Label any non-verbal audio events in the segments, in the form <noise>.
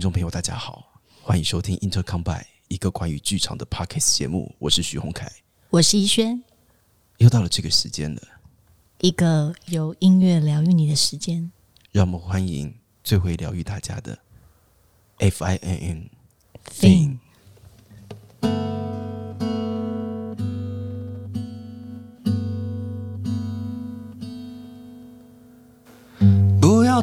众朋友，大家好，欢迎收听 Intercom by 一个关于剧场的 Podcast 节目，我是徐宏凯。我是怡轩，又到了这个时间了，一个由音乐疗愈你的时间。让我们欢迎最会疗愈大家的 F I N N Fin 不要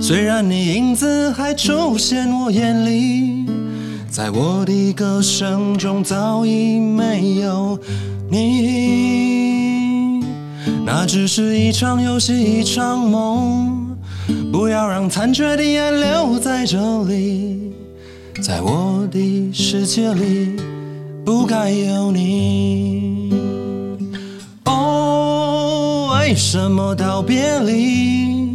虽然你影子还出现我眼里，在我的歌声中早已没有你。那只是一场游戏，一场梦。不要让残缺的爱留在这里，在我的世界里，不该有你。哦，为什么道别离，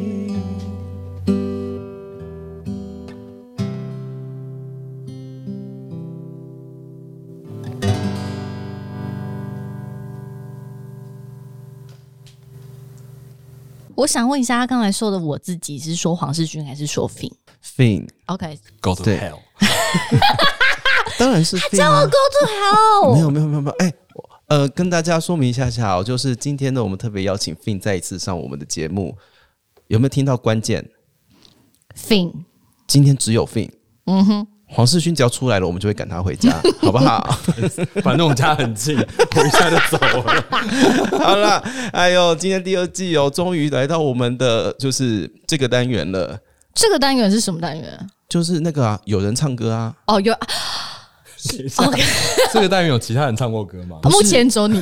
我想问一下，他刚才说的我自己是说黄世勋还是说 Fin？OK，、 Fin， OK Go to 对 hell！当然是 Fin 叫我啊 Go to 没 Hell。有没有没有没有，哎、我呃，跟大家说明一下下哦，就是今天呢，我们特别邀请 Fin 再一次上我们的节目，有没有听到关键？ Fin，今天只有 Fin，嗯哼，黄世勋只要出来了，我们就会赶他回家，好不好？反正我们家很近， <laughs> 我一下就走了。好啦，哎呦，今天第二季哦，终于来到我们的就是这个单元了，这个单元是什么单元？就是那个啊，有人唱歌啊，哦，有，OK 这个单元有其他人唱过歌吗？目前只有你。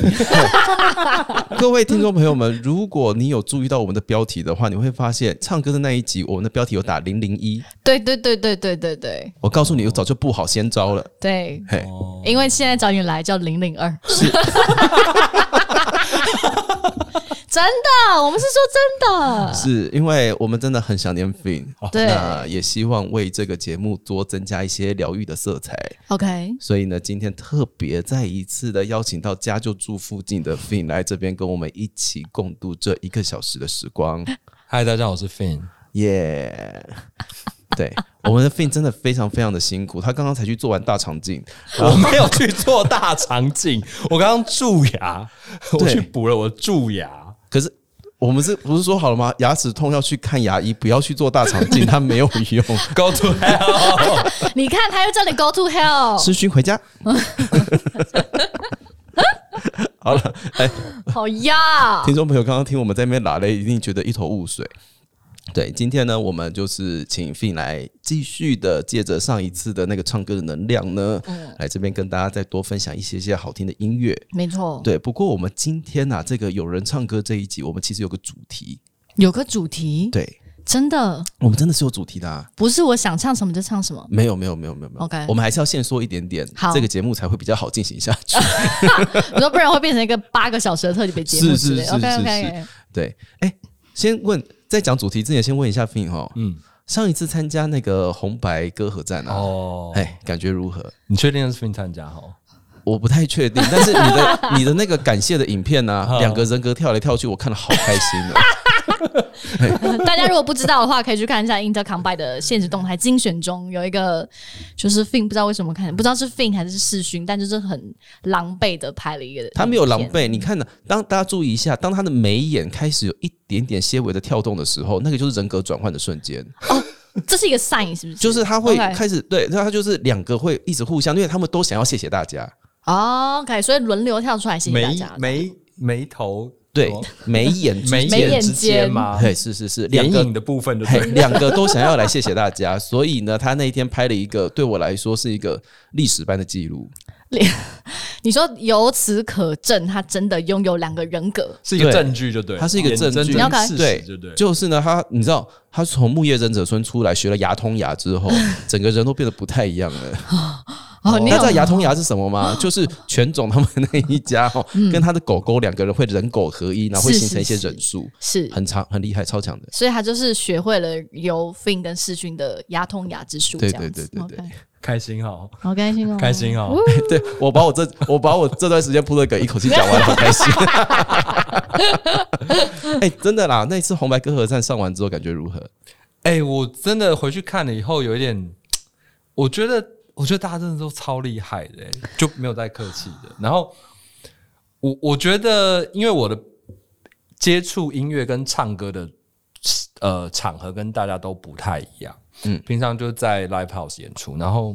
各位听众朋友们，如果你有注意到我们的标题的话，你会发现唱歌的那一集，我们的标题有打零零一。对对对对对对对我告诉你，我早就布好先招了。对，嘿，因为现在找你来叫零零二。 <laughs> 真的，我们是说真的。是因为我们真的很想念 Fin，对那也希望为这个节目多增加一些疗愈的色彩。 OK，所以呢，今天特别再一次的邀请到家就住附近的 Fin 来这边跟我们一起共度这一个小时的时光，嗨，大家好，我是 Fin。耶、对，我们的 Fin 真的非常非常的辛苦，他刚刚才去做完大肠镜，我没有去做大肠镜，我刚刚蛀牙，我去补了我蛀牙。可是我们是不是说好了吗？牙齿痛要去看牙医，不要去做大肠镜，它没有用。 Go to hell！你看他又叫你 Go to Hell，师勋回家。好了，哎，好呀。听众朋友刚刚听我们在那边拉嘞，一定觉得一头雾水。对，今天呢，我们就是请 Fin 来继续的借着上一次的那个唱歌的能量呢，来这边跟大家再多分享一些些好听的音乐。嗯没错，对，不过我们今天呐、这个有人唱歌这一集，我们其实有个主题，有个主题，对真的我们真的是有主题的、啊。不是我想唱什么就唱什么。没有没有没有没有没有 OK 我们还是要限缩一点点，好这个节目才会比较好进行下去。我说不然会变成一个八个小时的特别节目是之是类。是 OK 是 OK，对，哎，先问，在讲主题之前，先问一下 Fin 哈，嗯，上一次参加那个红白歌合战啊，哦，哎，感觉如何？你确定是 Fin 参加哈？我不太确定，但是你的你的那个感谢的影片呢、啊，两个人格跳来跳去，我看了好开心啊！大家如果不知道的话，可以去看一下 Intercom by 的现实动态精选中有一个，就是 Fin 不知道为什么看，不知道是 Fin 还是世勋，但就是很狼狈的拍了一个。他没有狼，狈，你看呢？当大家注意一下，当他的眉眼开始有一点点些微的跳动的时候，那个就是人格转换的瞬间。这是一个 sign 是不是？就是他会 OK 开始对，然后他就是两个会一直互相，因为他们都想要谢谢大家。哦 OK，所以轮流跳出来谢谢大眉家。眉眉头对，眉眼之眉间眼之之间间嘛，对，是是是，两眼个影的部分就嘿对，两个都想要来谢谢大家， <laughs> 所以呢，他那一天拍了一个对我来说是一个历史般的记录，你说由此可证，他真的拥有两个人格。是一个对证据就对，它是一个证据眼睁睁你要看事对实就对，就是呢，他你知道，他从木叶忍者村出来学了牙通牙之后，整个人都变得不太一样了。哦，你大家知有道牙通牙是什么 <laughs> 吗？就是全总他们那一家哦，跟他的狗狗两个人会人狗合一，然后会是形成一些嗯是是忍术，是，很长很厉害，超强的。 <laughs> 所以他就是学会了由 Fin 跟世勋的牙通牙之术，对这样对子。对对对 OK，开心哈，好开心哦，开心哈，对我把我这我把我这段时间铺的梗一口气讲完，好开心。 <laughs> 哎、真的啦，那一次红白歌合战上完之后，感觉如何？哎、我真的回去看了以后，有一点，我觉得，我觉得大家真的都超厉害的、哎就没有再客气的。然后，我我觉得，因为我的接触音乐跟唱歌的呃场合跟大家都不太一样，嗯嗯，平常就在 live house 演出，然后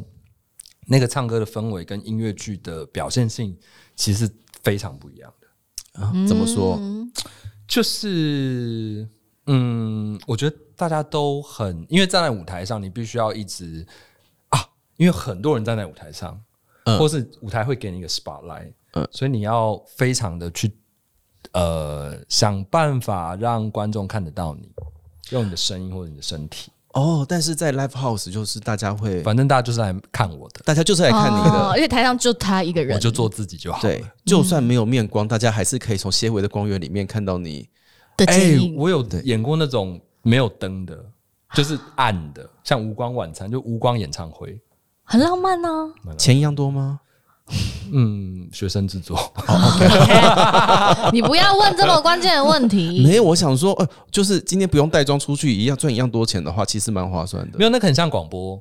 那个唱歌的氛围跟音乐剧的表现性其实非常不一样。啊，怎么说？嗯就是，嗯，我觉得大家都很，因为站在舞台上，你必须要一直啊，因为很多人站在舞台上，嗯或是舞台会给你一个 spotlight，、嗯所以你要非常的去呃想办法让观众看得到你，用你的声音或者你的身体，哦，但是在 live house 就是大家会，反正大家就是来看我的，大家就是来看你哦嗯的。而且台上就他一个人，我就做自己就好了对。，就算没有面光，大家还是可以从纤维的光源里面看到你。的哎、剪影。我有演过那种没有灯的，就是暗的，像无光晚餐，就无光演唱会。很浪漫呢、钱一样多吗？嗯，学生制作， <laughs> 你不要问这么关键的问嗯题。没有，我想说，呃，就是今天不用带妆出去一样赚一样多钱的话，其实蛮划算的没。有那个很像广播，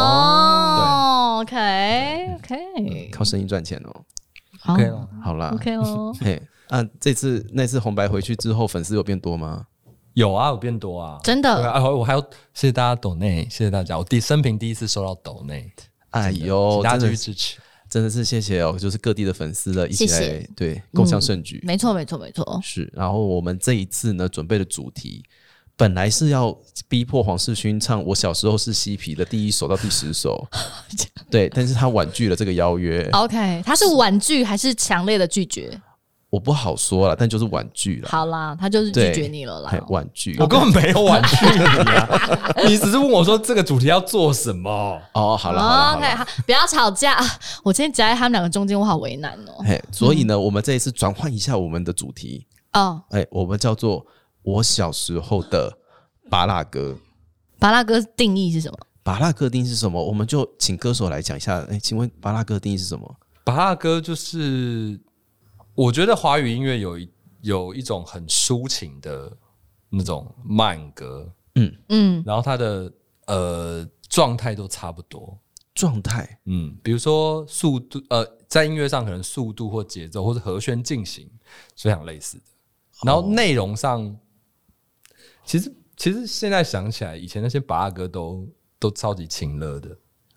哦，OK OK，靠声音赚钱哦。好可以了。好啦 OK 哦，嘿，啊，这次那次红白回去之后，粉丝有变多吗？有啊，有变多啊，真对的啊，我我还要谢谢大家抖内，谢谢大家，我第生平第一次收到抖内，哎请呦，大家真继的续是支持。真的是谢谢哦，就是各地的粉丝的一起来谢谢对共襄盛举、嗯没错没错没错，是。然后我们这一次呢，准备的主题本来是要逼迫黄世勋唱《我小时候是嬉皮》的第一首到第十 <laughs> 首，对，但是他婉拒了这个邀约， OK，他是婉拒还是强烈的拒绝？我不好说了，但就是婉拒了，好啦，他就是拒对绝你了啦嘿。婉拒。我根本没有婉拒你啊， <laughs> 你只是问我说这个主题要做什么。哦，好了好了好 OK，了。好，不要吵架。啊我今天夹在他们两个中间，我好为难哦。嘿，所以呢，我们这一次转换一下我们的主题，哦，哎、我们叫做我小时候的巴拉歌。巴拉哥定义是什么？巴拉歌定义是什么？我们就请歌手来讲一下。哎、请问巴拉歌定义是什么？巴拉歌就是，我觉得华语音乐有一有一种很抒情的那种慢歌，嗯，然后它的呃状态都差不多，状态嗯，比如说速度，呃，在音乐上可能速度或节奏或者和弦进行是非常类似的。然后内容上，其实其实现在想起来，以前那些八歌都都超级情乐的，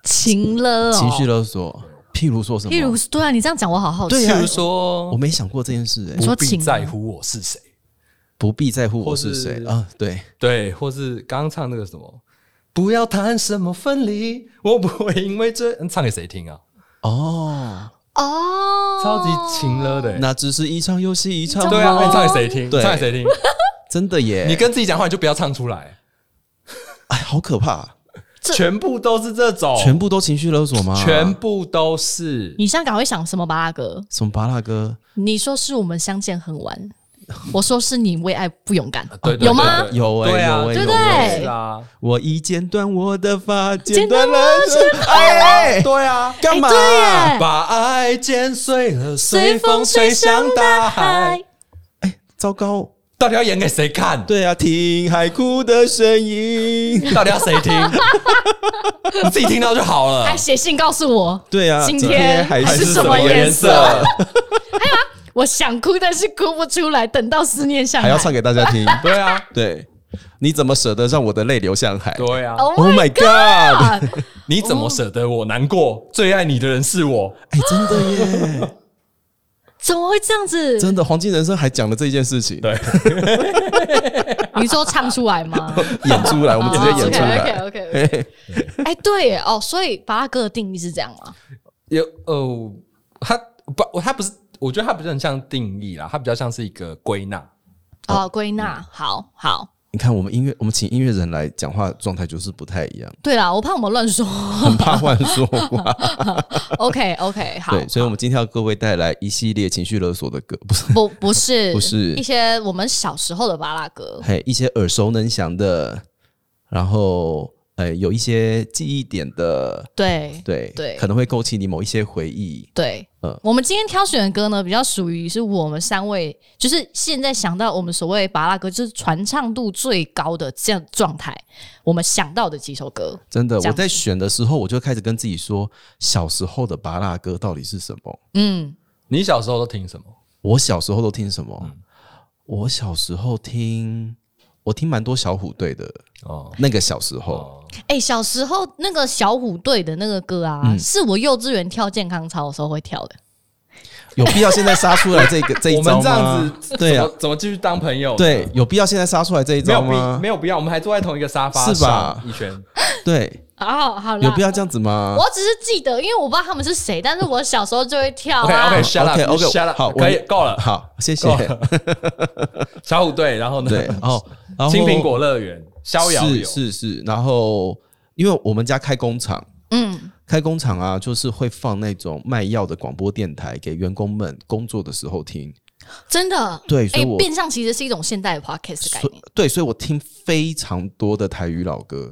情了、哦，情绪勒索，譬如说什么？譬如，对啊，你这样讲我好好奇。对譬呀如说我没想过这件事、哎你，不说必情在吗乎我是谁，不必在乎或我是是谁啊。对，对，或是刚刚唱那个什么，不要谈什么分离，我不会因为这嗯唱给谁听啊，哦，哦，超级情乐的、欸。那只是一场游戏一场对啊，梦那你唱给谁听？对唱给谁听？真的耶，你跟自己讲话，你就不要唱出来，哎，好可怕，全部都是这种，全部都情绪勒索吗？哦全部都是。你香港会想什么巴拉哥？什么巴拉歌？你说是我们相见 <laughs> 恨晚，我说是你为爱不勇敢，对对有吗对对有哎、对啊有哎、对有不哎对是啊，我一剪断我的发，剪剪断断了这哎，对啊，干嘛？哎对耶把爱剪碎了，随随风风吹吹向向大大海海。。糟糕，到底要演给谁看？对啊，听海哭的声音。到底要谁听？ <laughs> 你自己听到就好了还。哎写信告诉我，对啊，今天还还是是什么颜色？我想哭，但是哭不出来，等到思念像还海要。唱给大家听。对啊，对，你怎么舍得让我的泪流向海对啊， Oh ？Oh my my god！ god！你怎么舍得我难过？最爱你的人是我，哎，真的耶，怎么会这样子？真的，黄金人生还讲了这件事情，对你说唱出来吗？演出 <laughs> <laughs> 来，我们直接演出来。 OK OK OK。哎，对耶哦，所以巴拉哥的定义是这样吗？有呃，他不，他不是，我觉得他不是很像定义啦，他比较像是一个归纳。哦，归纳，好好。你看，我们音乐，我们请音乐人来讲话，状态就是不太一样，对啦，我怕我们乱 <laughs> 说。很怕乱说话。 OK OK，好。对，所以，我们今天要各位带来一系列情绪勒索的歌， <laughs> 不是，不不是不是一些我们小时候的巴拉歌，嘿，一些耳熟能详的，然后，呃，有一些记忆点的，对对对可能会勾起你某一些回忆。对，嗯我们今天挑选的歌呢，比较属于是我们三位，就是现在想到我们所谓巴拉歌，就是传唱度最高的这样状态，我们想到的几首歌。真的，这我样在选的时候，我就开始跟自己说，小时候的拔蜡歌到底是什么？嗯，你小时候都听什么？我小时候都听什么？嗯我小时候听，我听蛮多小虎队的。哦那个小时候，哦，哎、小时候那个小虎队的那个歌啊，是我幼稚园跳健康操的时候会跳的。有必要现在杀出来这 <laughs> 个这一我们招这样吗？子，对怎啊么，怎么继续当朋友？对，有必要现在杀出来这一没有招必吗没？有必要，我们还坐在同一个沙发是吧上一圈。对，哦，好有啦必。要这样子吗我只是记得，因为我不知道他们是谁，但是我小时候就会跳 OK 啊。 OK，shut up OK，OK， you shut up，好可以我够了。好，谢谢够。小虎队，然后呢？对，哦，然后青苹果乐园，逍遥是游，是是，然后因为我们家开工厂，嗯，开工厂啊，就是会放那种卖药的广播电台给员工们工作的时候听。真的。对所哎、以我变相其实是一种现代的 podcast 概所念。对，所以我听非常多的台语老歌。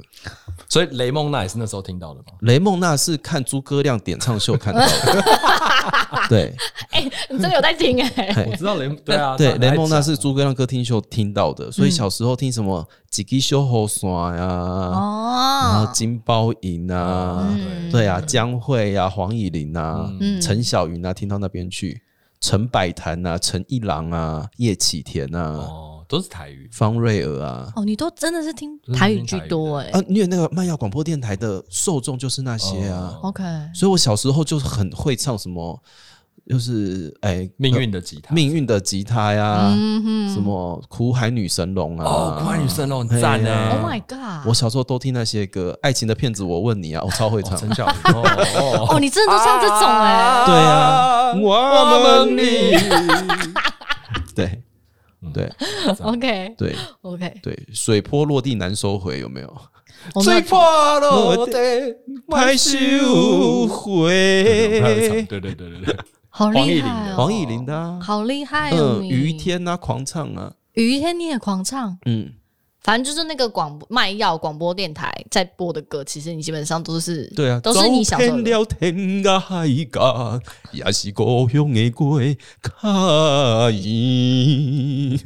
所以雷蒙娜也是那时候听到的吗？雷梦娜是看诸葛亮点唱秀看到的， <laughs> 对哎、你真的有在听哎、我知道雷，对啊，对，他雷梦娜是他诸葛亮歌厅秀听到的，所以小时候听什么《几滴修后耍》呀，然哦后，金包银啊，嗯对啊，江蕙啊，黄以玲啊，嗯陈小云啊，听到那边去，陈百潭啊，陈一郎啊，叶启田啊，哦，都是台语，方瑞儿啊，哦，你都真的是听台语居多哎、啊，因为那个漫药广播电台的受众就是那些啊，哦 OK，所以我小时候就是很会唱什么，就是哎、命运的吉他，命运的吉他呀、嗯哼什么苦海女神龙啊，哦，关羽神龙很赞哦对，Oh 啊呢。 my god，我小时候都听那些歌，《爱情的骗子》，我问你啊，我超会唱哦，。陈小云，哦哦，你真的都 <laughs> 唱这种哎、对啊，我们你，嗯对，对， o k 对， OK，对，水波落地难收回，有没有？我最们怕落地拍羞对哎回，对对对对，好黄义厉玲害的哦，黄以玲的、啊，好厉害哦，嗯，你于，天啊，狂唱啊，于天你也狂唱，嗯，反正就是那个广播卖药广播电台在播的歌，其实你基本上都是对啊，都是你小时候走遍的。了天涯海角，也是故乡的过脚印。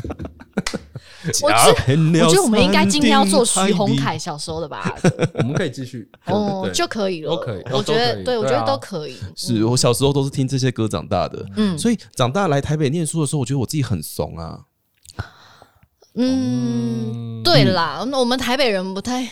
<laughs> 我家觉遍得了我觉得我们应该今天要做山徐顶海宏里凯小时候的吧，我们可以继续哦对就可以了，都可以我觉得都可以对，我觉对得啊都可以。是我小时候都是听这些歌长大的，嗯所以长大来台北念书的时候，我觉得我自己很怂啊。嗯，对啦，那我们台北人不太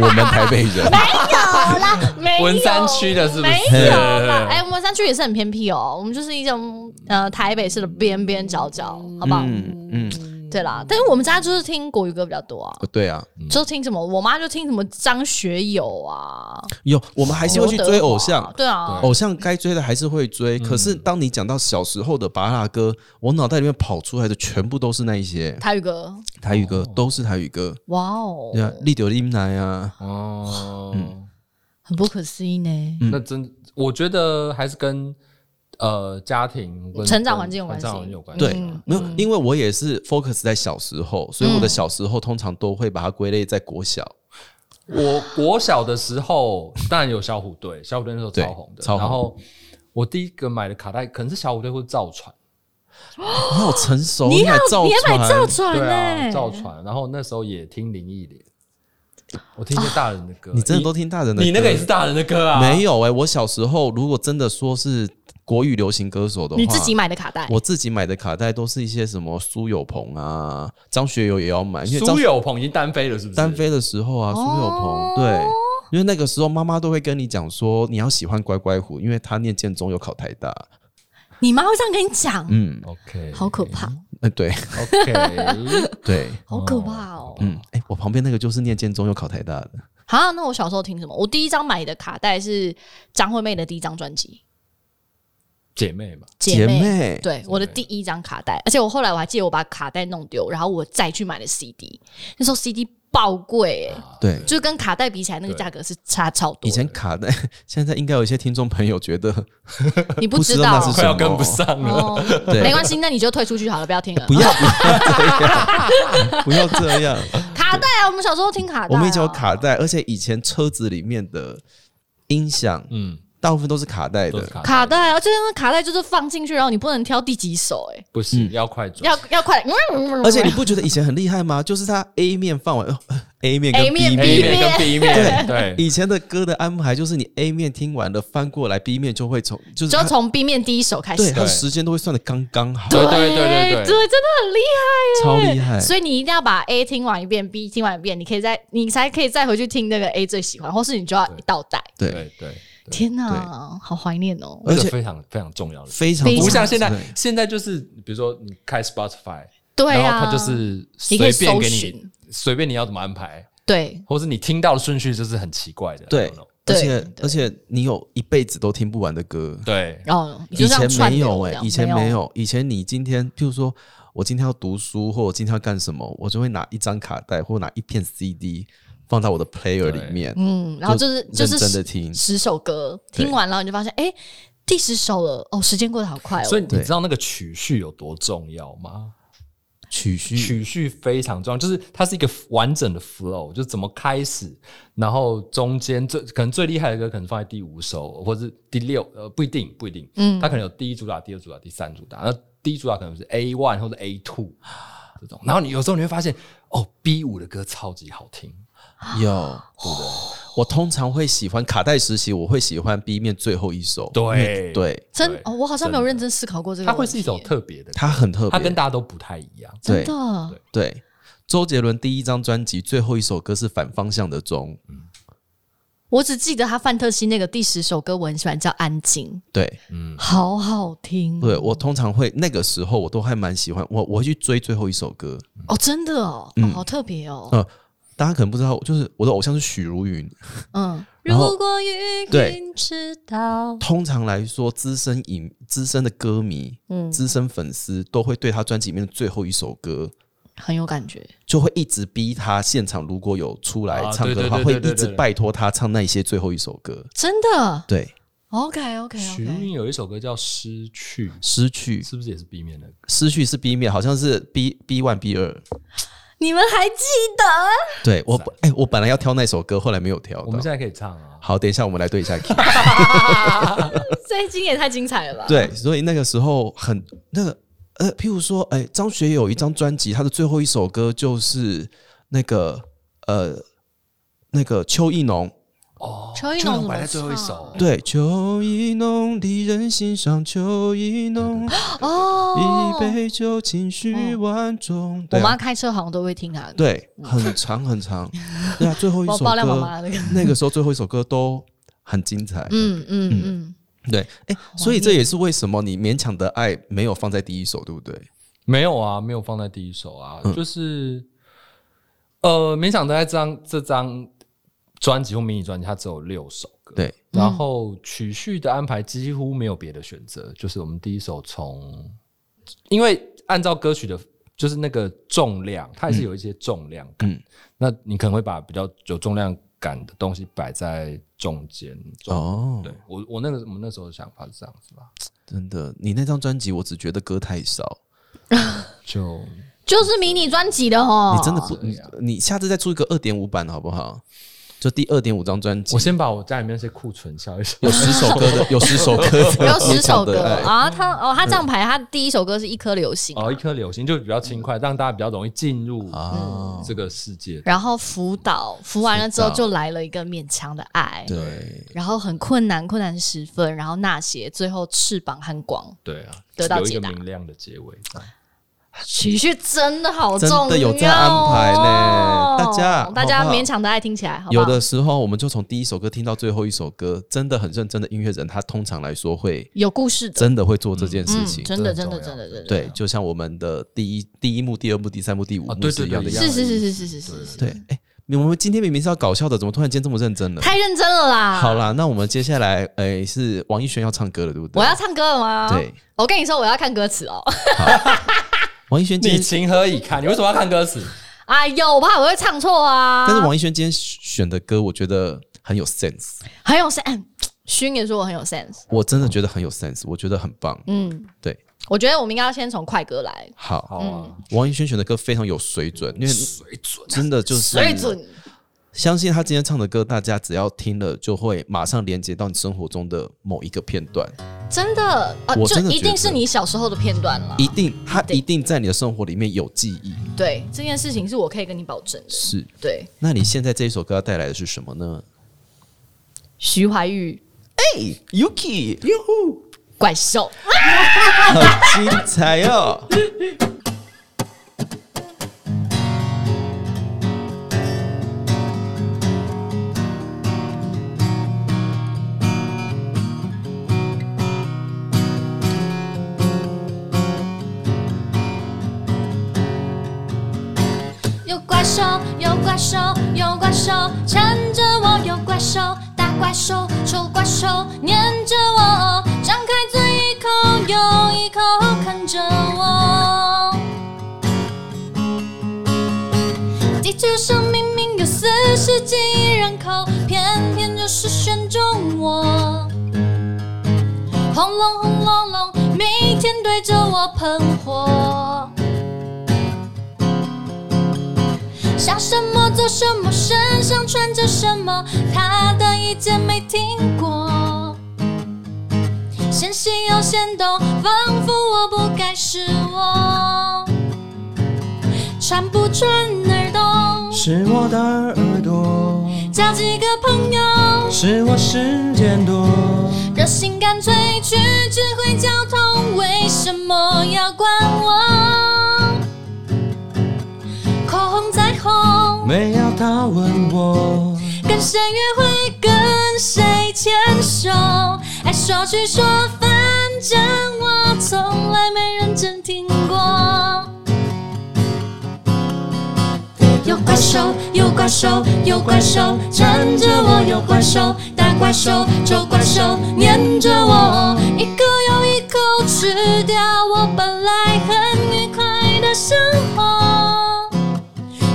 我们台北人，好啦， <laughs> 没有文山区的是不是没有啦，哎，文山区也是很偏僻哦，我们就是一种呃台北市的边边角角，好不好？嗯嗯，对啦，但是我们家就是听国语歌比较多哦啊，对啊，就听什么，我妈就听什么张学友啊，有我们还是会去刘德追华偶像，对啊，偶像该追的还是会追。嗯可是当你讲到小时候的拔蜡歌，我脑袋里面跑出来的全部都是那一些台语歌，台语哦歌，都是台语歌。哇哦对，啊，利丢利奶啊，哦，嗯很不可思议呢。那真我觉得还是跟呃家庭跟成长环境有关系成长环境有嗯关系对，没有，因为我也是 focus 在小时候，所以我的小时候通常都会把它归类在国小。哦我国小的时候，当然有小虎队，小虎队那时候对超红的。超红然后我第一个买的卡带可能是小虎队或者造船，哦你好成熟，你买好，造你还买造船，船对啊，呢？造船。然后那时候也听林忆莲，我听一些大人的歌，你真的都听大人的歌？你那个也是大人的歌啊？没有哎、我小时候如果真的说是国语流行歌手的话，你自己买的卡带，我自己买的卡带都是一些什么苏有朋啊、张学友也要买，因为张苏有朋已经单飞了，是不是？单飞的时候啊，苏有哦朋对。因为那个时候，妈妈都会跟你讲说，你要喜欢乖乖虎，因为他念建中有考台大。你妈会这样跟你讲，嗯， ，OK，好可怕，呃，对，OK， <laughs> 对，好可怕哦。 <laughs> 嗯，哎、我旁边那个就是念建中又考台大的，好，那我小时候听什么？我第一张买的卡带是张惠妹的第一张专辑。姐妹嘛，姐姐妹对我的第一张卡带，而且我后来我还记得我把卡带弄丢，然后我再去买了 CD，那时候 CD 爆贵、欸，啊对，就是跟卡带比起来，那个价格是差超多以。前卡带， <laughs> 现在应该有一些听众朋友觉得 <laughs> 你不知知道道那是什快么要跟不上了。哦， <laughs> 对没关系，那你就退出去好了，不要听了。不要 <laughs> 不要这样，卡带啊，我们小时候听卡带、啊，我们以前有，卡带，而且以前车子里面的音响嗯，大部分都是卡带都是的，卡卡带啊，而且那卡带就是放进去，然后你不能挑第几首、欸，哎，不是嗯要快转，要要快，嗯而且你不觉得以前很厉害吗？ <laughs> 就是它 A 面放完、呃、A 面跟 A 面 B A 面。面跟 B 面，对，以前的歌的安排就是你 A 面听完了翻过来，B 面就会从就是就它从 B 面第一首开对始。它的时间都会算的刚刚好，对对对对对，真的很厉超害。厉害。所以你一定要把 A 听完一遍，B 听完一遍，你可以再你才可以再回去听那个 A 最喜欢，或是你就要对倒带。对，对对，呃天哪，好怀念哦！而而且且非常非常重要的。非常非常不像现在对，现在就是比如说你开 Spotify，对然啊，后它就是你可以随便给搜你寻随便你要怎么安排，对或是你听到的顺序就是很奇怪的。对 I don't know，而对且对而且你有一辈子都听不完的歌，对，然后哦你以就这样前串没有流欸哎、这样以前没，有，以前你今天，譬如说我今天要读书，或我今天要干什么，我就会拿一张卡带或拿一片 CD 放到我的 player 对里面，嗯，然后就是就认真的是听。十首歌对听完，然后你就发现，哎，第十首了，哦，时间过得好快哦。所以你对知道那个曲序有多重要吗？曲序曲序非常重要，就是它是一个完整的 flow，就是怎么开始，然后中间最可能最厉害的歌可能放在第五首，或者是第六，呃，不一定，不一定，嗯，它可能有第一主打、第二主打、第三主打，那第一主打可能是 A one 或者 A two <gasps> 这种，然后你有时候你会发现，哦，B 五的歌超级好听，嗯有，对不对？我通常会喜欢卡带时期，我会喜欢 B 面最后一首，对因为对，真对哦，我好像没有认真思考过这个它问题。会是一首特别的歌，它很特它跟别，大家都不太一样，对真的对对。周杰伦第一张专辑最后一首歌是反方向的钟，我只记得他范特西那个第十首歌，我很喜欢，叫《安静对，》，嗯好好听。对我通常会那个时候我都还蛮喜欢，我我会去追最后一首歌，哦，真的哦，嗯哦好特别哦。呃，大家可能不知道，就是我的偶像是许茹芸。嗯，然后如果雨对云知道，通常来说，资深影资深的歌迷，嗯，资深粉丝都会对他专辑里面的最后一首歌，很有感觉。就会一直逼他现场如果有出来啊唱歌的话，对对对对会一对直对拜托他唱那些最后一首歌。真的对， ，OK OK 许茹 OK，芸有一首歌叫《失去》，失去是不是也是 B 面的歌？失去是 B 面，好像是 B B one B 二。你们还记得？对我本哎、我本来要挑那首歌，后来没有挑我们到现。在可以唱啊。好，等一下我们来对一下 <laughs> key。最近也太精彩了吧？，对，所以那个时候很那个呃，譬如说，哎、张学友有一张专辑，他的最后一首歌就是那个呃，那个邱意浓，哦，邱意邱浓意怎摆么在最后一唱啊首，啊对，邱意浓的人心上，邱意浓哦一，杯酒，情绪万种，我对啊妈开车好像都会听她的歌，对，很长很 <laughs> 长，对啊，最后一爆首爆料妈妈歌，那个， <laughs> 那个时候最后一首歌都很精彩，嗯嗯嗯，对，哎、所以这也是为什么你勉强的爱没有放在第一首，对不对？没有啊，没有放在第一首啊，就是呃，没想到在这张这张专辑或迷你专辑，它只有六首歌，对，嗯然后曲序的安排几乎没有别的选择，就是我们第一首从，因为按照歌曲的。就是那个重量，它也是有一些重量感。嗯那你可能会把比较有重量感的东西摆在中间。中哦对，我我那个我们那时候的想法是这样子吧，真的，你那张专辑我只觉得歌太少，就就是迷你专辑的哦，你真的不，你你下次再出一个二点五版好不好？就第二点五张专辑我，先把我家里面那些库存消一消。有十首歌的，有十首歌的， <laughs> 有十首你唱歌的哎啊，他哦，他这样排，他第一首歌是一颗流星，哦，一颗流星就比较轻快，让大家比较容易进入啊，这个世界。然后辅导辅完了之后辅导就来了一个勉强的爱，对，然后很困难，困难十分，然后那些最后翅膀 <laughs> 和光，对啊，得到有一解个答明亮的结尾。嗯情绪真的好重真要、哦，的有在安排呢大家大家好不好勉强的爱听起来，好不有好的时候我们就从第一首歌听到最后一首歌，真的很认真的音乐人，他通常来说会有故事的，真的会做这件事嗯，情。真的这真很的重真的真的，对，就像我们的第一第一幕、第二幕、第三幕、第五啊幕对是对一样的对意思。是是是是是是是是，对，哎，我们今天明明是要搞笑的，怎么突然间这么认 <laughs> 真了？太认真了啦！好，啦，那我们接下来，哎，是王一璇要唱歌了，对不对？我要唱歌了吗？对，我跟你说，我要看歌词哦。 <laughs> 王一璇今你天，情何以堪？你为什么要看歌词？哎呦，我怕我会唱错啊！但是王一璇今天选的歌，我觉得很有 sense，很有 <coughs> sense，勋也说我很有 sense。我真的觉得很有 sense，我觉得很棒。嗯，对，我觉得我们应该要先从快歌来，好，好啊，嗯王一璇选的歌非常有水准，因为水准真的就是水准。相信他今天唱的歌，大家只要听了，就会马上连接到你生活中的某一个片段，真的啊，我就真的一定觉是得你小时候的片段了。一定，他一定在你的生活里面有记忆。对这件事情是我可以跟你保证的。是，对，那你现在这一首歌要带来的是什么呢徐怀钰？Yuki， <laughs> 怪兽，精彩哦！有怪兽，有怪兽，有怪兽缠着我，有怪兽，大怪兽，丑怪兽粘着我，张开嘴一口又一口啃着我。地球上明明有四十几亿人口，偏偏就是选中我。轰隆轰隆隆，每天对着我喷火。想什么做什么，身上穿着什么，他的意见没听过。嫌西又嫌东，仿佛我不该是我。穿不穿耳洞，是我的耳朵，交几个朋友，是我时间多，热心干脆去指挥交通，为什么要管我？口红再红。没有他问我，跟谁约会，跟谁牵手，爱说去说，反正我从来没认真听过。有怪兽，有怪兽，有怪兽缠着我，有怪兽，大怪兽，丑怪兽粘着我，一口又一口吃掉我本来很愉快的生活。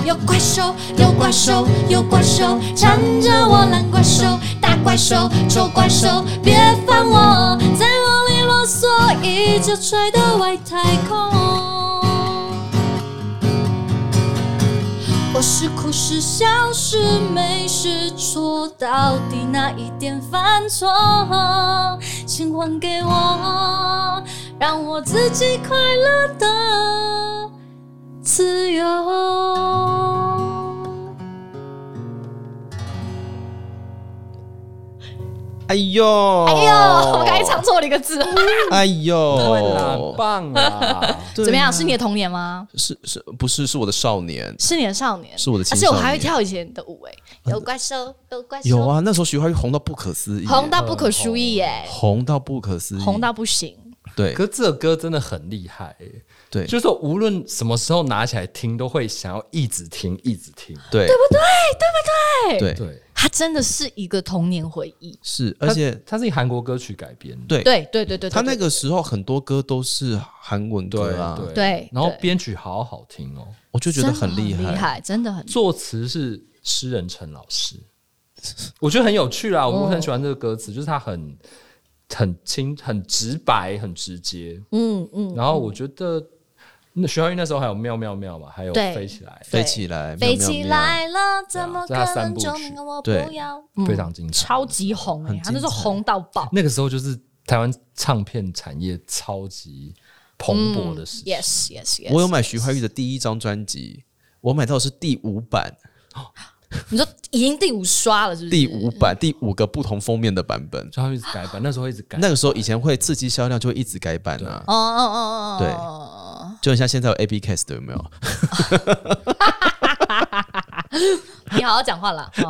有怪兽，有怪兽，有怪兽缠着我，蓝怪兽、大怪兽、丑怪兽，别烦我，再啰里啰嗦，一直吹到外太空。我是哭是笑是美是错，到底哪一点犯错？请还给我，让我自己快乐的自由。哎呦，哎哎呦，我刚才唱，错了一个字，哎哦，呦，棒啊！对怎么样？啊是你的童年吗？是是不是是我的少年？是你的少年，是我的而青且少我年还会跳以前的舞诶，有怪兽，有怪兽，有啊，那时候徐怀钰红到不可思议，红到不可思议耶、红到不可思议，红到不行。对可是这首歌真的很厉害耶、对就是我无论什么时候拿起来听，都会想要一直听，一直听。对对不对？对不对？对，对，它真的是一个童年回忆，是，而且它它是以韩国歌曲改编的，对对对对对，他对那个时候很多歌都是韩文歌啊，对对然后对编曲好好听哦，我就觉得很厉真的很厉害，真的很厉害作词是诗人陈老师，我觉得很有趣啦，哦我很喜欢这个歌词，就是它很很清、很直白、很直接。嗯嗯，然后我觉得那徐怀钰那时候还有喵喵喵嘛，还有对飞起来，对飞起来，飞喵喵起喵，来了，怎么这可是他三能部就曲我不对要？非常精彩。嗯超级红哎、很他那时候精彩红到爆。那个时候就是台湾唱片产业超级蓬勃的时期。嗯 Yes, yes, yes。我有买徐怀钰的第一张专辑，我买到的是第五版，嗯你说已经第五刷了，是不是？第五版嗯第五个不同封面的版本。就他们一直改版，那时候一直改。那个时候以前会刺激销量，就会一直改版啊，哦哦哦哦，对哦就很像现在有 A B Cast 有没有？你好好讲话啦。哦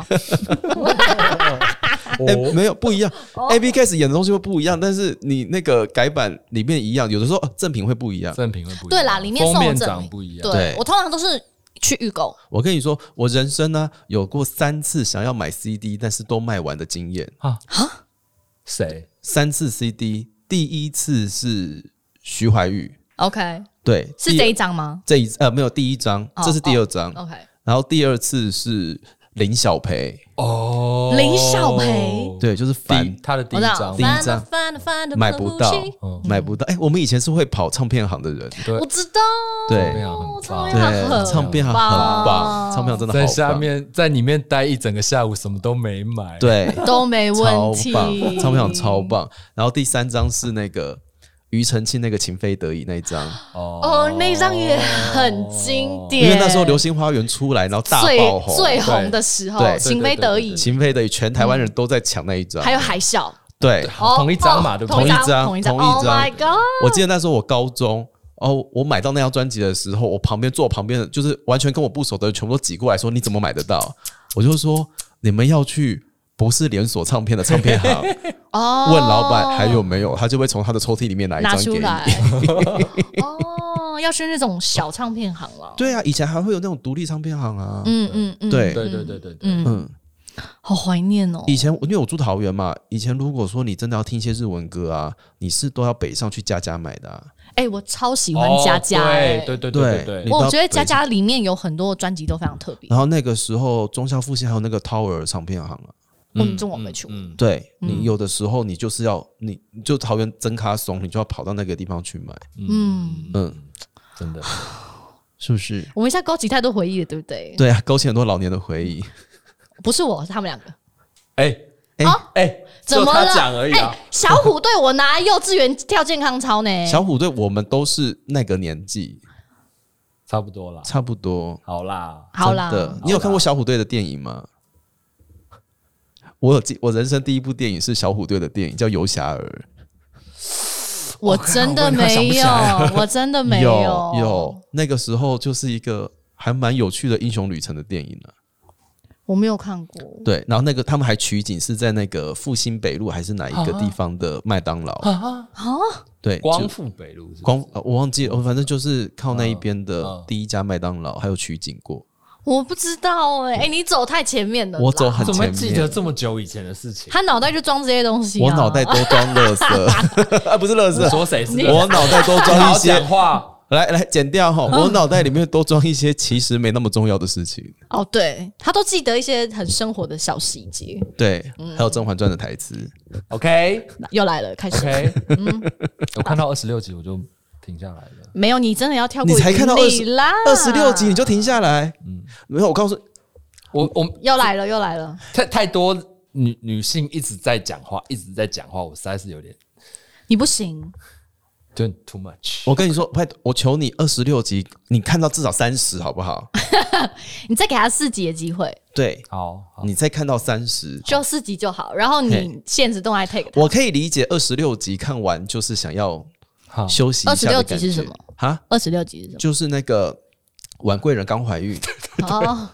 哎、没有不一样、a 哦 B Cast 演的东西会不一样，但是你那个改版里面一样，有的时候呃赠品会不一样。赠品会不一样，对啦，里面封送的面赠长品不一样。对 <laughs> 对我通常都是去预购，我跟你说，我人生呢有过三次想要买 CD，但是都卖完的经验。啊谁？三次 CD，第一次是徐怀钰， OK，对，是第这一张吗这一呃没有第一张，哦这是第二张， ？OK，然后第二次是林小培，哦林小培对，就是第翻他的第一我知道张第，一张啊翻了翻了，买不到呼吸，嗯，买不到。哎，我们以前是会跑唱片行的人，对我知道，非对常啊哦唱很棒。片行很对，唱片行很棒，棒唱片行真的好在棒。下面在里面待一整个下午，什么都没买。，对， <laughs> 都没问超题。棒，唱片行超棒。然后第三张是那个庾澄庆那个情非得已那一张，哦，那一张也很经典，因为那时候《流星花园》出来，然后大最爆红，最红的时候，对情非得已，情非得已，全台湾人都在抢那一张嗯还。有海啸，对，哦同一张嘛哦对不对同一张，同一一张张，Oh 同一张 my God！我记得那时候我高中哦，我买到那张专辑的时候，我旁边坐我旁边的就是完全跟我不熟的人，全部都挤过来说：“你怎么买得到？”我就说：“你们要去不是连锁唱片的唱片行，哦，问老板还有没有，他就会从他的抽屉里面拿一拿张出给来你。。 <laughs> 哦，要去那种小唱片行了”。对啊，以前还会有那种独立唱片行啊。嗯嗯嗯，对对对对对对，嗯，好怀念哦。以前因为我住桃园嘛，以前如果说你真的要听一些日文歌啊，你是都要北上去家家买的、啊。哎、我超喜欢佳佳、哦哎对对对对对对对你，我到觉得佳北佳里面有很多专辑都非常特别。然后那个时候中校复兴还有那个 Tower 唱片行啊，嗯，这我没去过。嗯，对你有的时候你就是要你你就桃园真卡怂，你就要跑到那个地方去买，嗯，嗯，真的。是不是？我们一下勾起太多回忆了，对不对？对啊，勾起很多老年的回忆。不是我，是他们两个。哎哎、哎，只怎有么他了？讲而已啊哎。小虎队，我拿幼稚园跳健康操呢。小虎队，我们都是那个年纪，差不多啦，差不多。好啦，好啦，真的，你有看过小虎队的电影吗？我有记，我人生第一部电影是小虎队的电影，叫《游侠儿我哦真的没有，我 <laughs> 真的》没有有，那个时候就是一个还蛮有趣的英雄旅程的电影呢、啊我没有看过。对，然后那个他们还取景是在那个复兴北路还是哪一个地方的麦当劳？对，哦光嗯就复北路是不是啊光、呃我忘记了，反正就是靠那一边的第一家麦当劳，还有取景过。嗯我不知道哎、哎、你走太前面了啦。我走很怎么前会记得面，这么久以前的事情？他脑袋就装这些东西、啊。我脑袋都装垃 <laughs> 圾，啊， <laughs> 不是垃圾，说谁是谁？我脑袋都好装一好些讲，话，来来剪掉嗯哈，我脑袋里面都装一些其实没那么重要的事情。哦，对，他都记得一些很生活的小细节。对，嗯还有《甄嬛传》的台词， OK 又来了，开始。 OK，我嗯 <laughs> 看到二十六集我就停下来了。没有，你真的要跳过你才看到云二里十啦，二十六集你就停下来，嗯没有，我告诉我我又来了，又来了。太太多女女性一直在讲话，一直在讲话，我实在是有点你不行，就 too much。我跟你说，拜托，我求你二十六集，你看到至少三十好不 <laughs> 好？你再给他四集的机会，对，好，好你再看到三十，就四集就好。然后你嘿现实动态 take 他我可以理解二十六集看完就是想哦要好，休息一下的26集感是什觉么啊，二十六集是什就是那个婉贵人刚怀孕， <laughs> 么？哦，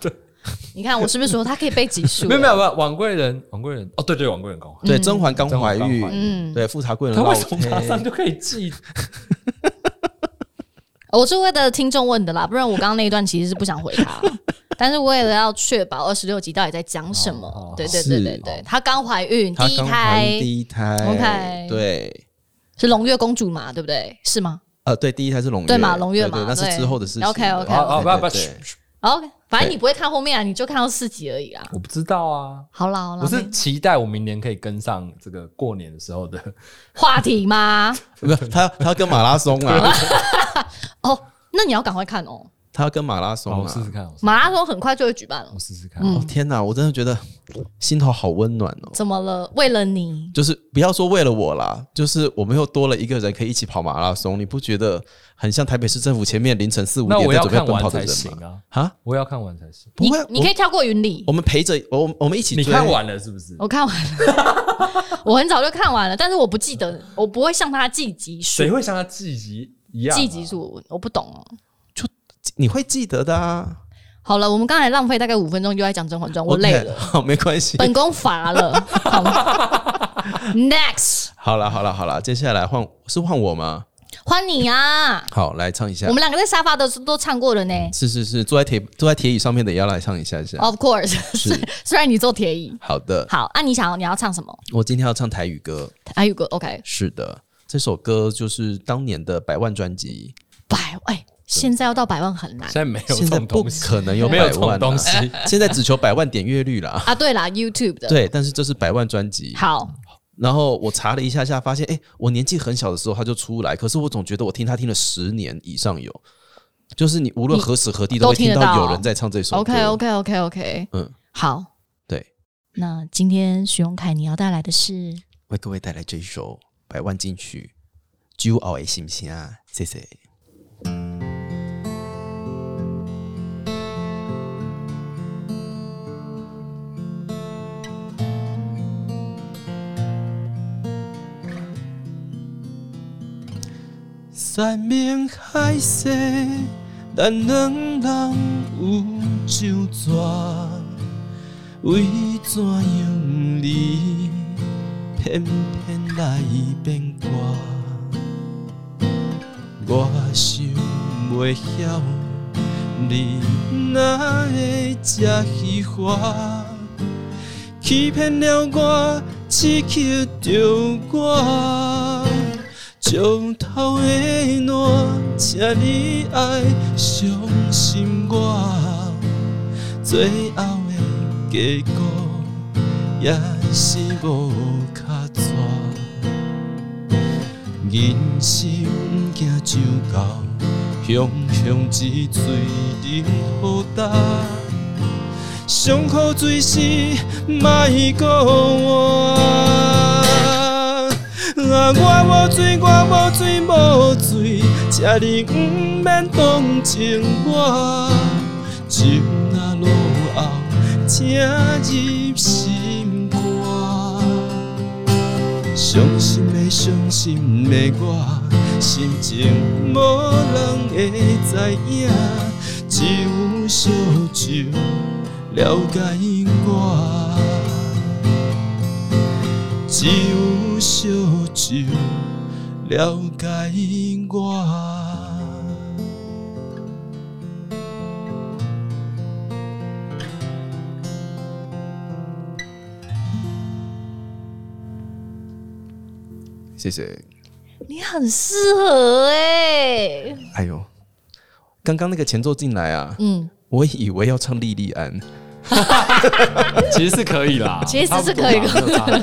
你看我是不是说他可以背几数？没有没有没有，婉贵人，婉贵人，哦对对，婉贵人公，对，甄嬛刚怀甄嬛刚怀孕，嗯对，富察贵人他落为什么马上胎，就可 <laughs> 以记？哦我是为了听众问的啦，不然我刚刚那一段其实是不想回 <laughs> 他，啊但是为了要确保二十六集到底在讲什么，哦哦对对对对对，她刚怀孕，她第一刚怀胎孕第一胎 OK 对，是胧月公主嘛，对不对？是吗呃，对，第一胎是胧月，对嘛胧月嘛对对那对是之后的事情了。 OK，OK，OK 好好，不要对不要，对对嘘？OK，反正对你不会看后面啊，你就看到四集而已啊。我不知道啊。好啦好啦，我是没期待我明年可以跟上这个过年的时候的，话题吗？ <laughs> 不是他，他要跟马拉松啊，哦，那你要赶快看哦，他跟马拉好松我试啊试！看，我试马拉松很快就会举办了我。试试看。嗯哦天哪，我真的觉得心头好温暖哦。怎么了？为了你，就是不要说为了我啦，就是我们又多了一个人可以一起跑马拉松，你不觉得很像台北市政府前面凌晨四五那点我在要准备看奔跑完的才人行吗？啊，啊，我要看完才行。不你会，你可以我跳过云里我。们陪着我，我我们一起你追。看完了是不是？我看完了， <laughs> 我很早就看完了，但是我不记得，我不会像他记集数谁，会像他季集一样啊？记集数我不懂哦。你会记得的啊。好了，我们刚才浪费大概五分钟就在讲《甄嬛传》，我累 OK，<laughs> 了，好，没关系。本宫乏了。 <laughs> 好吗 Next，好了，好了，好了，接下来换是换我吗？欢你啊！好，来唱一下我。们两个在沙发的时候都唱过了呢。是是是，坐在铁坐在铁椅上面的也要来唱一下下。 Of course，虽虽然你做铁椅。好的，好，啊，你想要你要唱什么？我今天要唱台语歌。阿宇哥，OK，是的，这首歌就是当年的百万专辑，百哎、现在要到百万很难现在没有现这在种不东西，可能有没有百这种万啊东西。 <laughs> 现在只求百万点阅率啦。啊。对啦 y o u t u b e 的，，对，但是这是百万专辑。好，然后我查了一下下，发现哎、诶我年纪很小的时候他就出来，可是我总觉得我听他听了十年以上有，就是你无论你何时何地都都会听听得到到有人在唱这首歌。 OK OK OK OK，嗯，好，对，那嗯今天徐荣凯你要带来的是为各位带来这一首百万金曲《骄傲的心情》啊，谢谢。山明海誓，咱两人有酒醉，为怎样你偏偏来变卦？我想袂晓，你哪会这虚华？欺骗了我，刺激着我，石头的烂，请你爱相信我，最后的结果也是无脚纸。人生不惊就到，雄雄一水任雨打。伤口水是莫搁换。啊，我无罪，我无罪，无罪，请你不免同情我。情若落后，请入心肝。伤心的伤心的我，心情无人会知影，只有烧酒了解我，只有烧酒了解我。谢谢。你很适合哎、哎呦，刚刚那个前奏进来啊，嗯，我以为要唱莉莉安。 <laughs> 其实是可以啦，其实是可以的差不多啦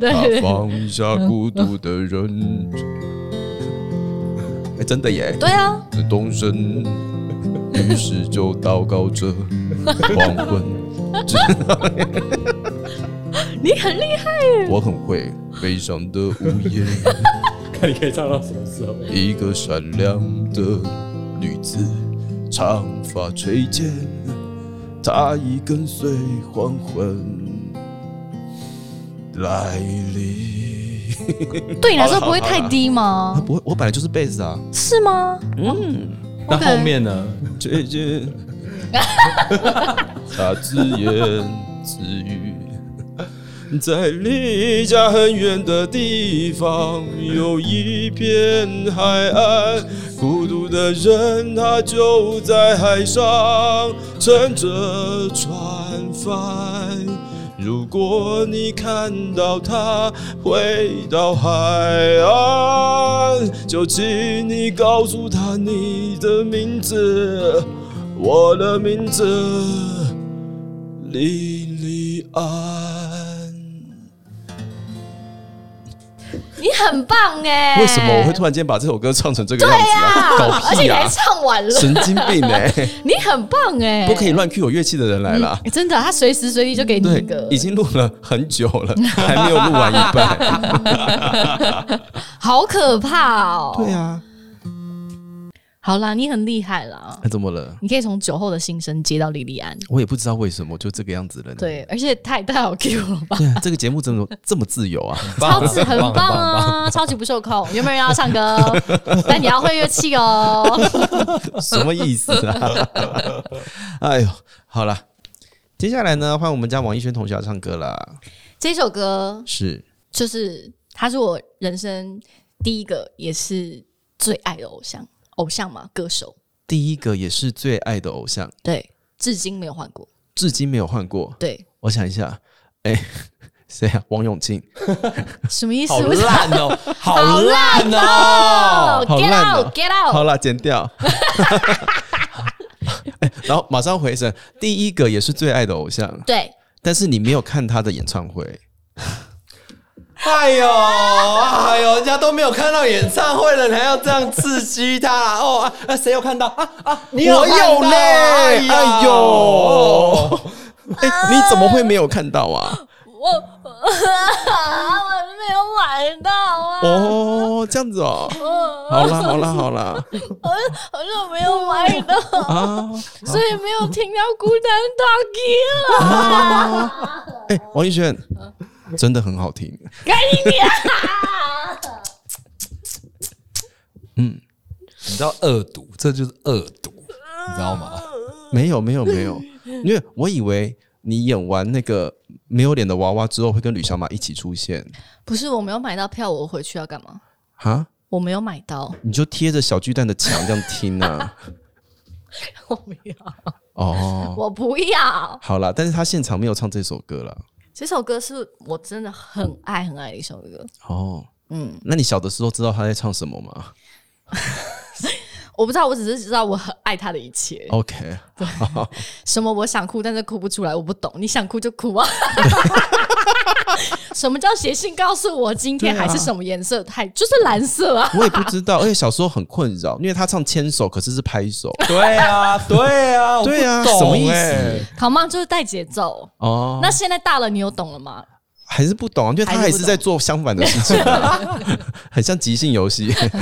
没有差他对很多对对放下孤独的人。 <laughs> 哎，真的耶！对啊，动身，于是就祷告 <laughs> 着黄昏。你很厉害，我很会悲伤的午夜，看你可以唱到什么时候？一个善良的女子，长发垂肩，她已跟随黄昏来临。哎对你来说不会太低啊，吗？不会，我本来就是贝斯啊。是吗？嗯那后面呢？最 <laughs> 近，他自言自语，在离家很远的地方有一片海岸，孤独的人他就在海上撑着船帆。如果你看到他回到海岸，就请你告诉他你的名字，我的名字莉莉安。你很棒哎、为什么我会突然间把这首歌唱成这个样子啊？啊搞而且屁你啊还！唱完了，神经病 <laughs> 哎、你很棒哎、不可以乱 Q 我乐器的人来了。欸真的，他随时随地就给你一对嗯个，，已经录了很久 <laughs> 了，还没有录完一啊半。好可怕哦。对啊，好啦，你很厉害啦，哎那怎么了？你可以从酒后的心声接到莉莉安。我也不知道为什么就这个样子了呢。对，而且太太好 Q 了吧？对啊，这个节目怎么这么自由啊？ <laughs> 超级很棒啊，超级不受控。有没有人要 <laughs> 唱歌？但你要会乐器哦。什么意思啊？ <laughs> 哎呦，好了，接下来呢，换我们家王艺轩同学要唱歌啦。这首歌是就是，他是我人生第一个也是最爱的偶像，偶像嘛，歌手，第一个也是最爱的偶像，对，至今没有换过。至今没有换过。对，我想一下，哎、谁啊？王永庆，什么意思？好为什么烂哦，好烂哦，好 get 烂哦 out，get out！好啦，剪 <laughs> 掉。哎然后马上回神，第一个也是最爱的偶像，对，但是你没有看他的演唱会，哎呦，哎呦，人家都没有看到演唱会了，你还要这样刺激他哦？啊，谁有看到啊啊？你我看到有嘞，哎呦，哎、你怎么会没有看到啊？我我啊没有买到啊，哦，这样子哦，好啦好啦好啦好像没有买到，啊！所以没有听到孤单大吉了。哎、王一轩真的很好听，赶紧点，你知道恶毒，这就是恶毒，你知道吗？没有没有没有，因为我以为你演完那个没有脸的娃娃之后会跟吕小马一起出现不是我没有买到票，我回去要干嘛？啊，我没有买到，你就贴着小巨蛋的墙这样听啊。 <laughs> 我不要，哦，我不要。好啦，但是他现场没有唱这首歌啦。这首歌是我真的很爱很爱的一首歌。哦，嗯，那你小的时候知道他在唱什么吗我不知道，我只是知道我很爱他的一切。 ？OK，什么我想哭，但是哭不出来，我不懂。你想哭就 <laughs> 哭啊。什么叫写信告诉我今天对啊还是什么颜色？还就是蓝色啊。我也不知道，而且小时候很困扰，因为他唱牵手可是是拍手，对啊，对啊，对啊我不懂什么意思欸好吗？就是带节奏。哦，那现在大了，你有懂了吗？还是不懂啊，因为他还是在做相反的事情啊，很像即兴游戏。 <laughs> 不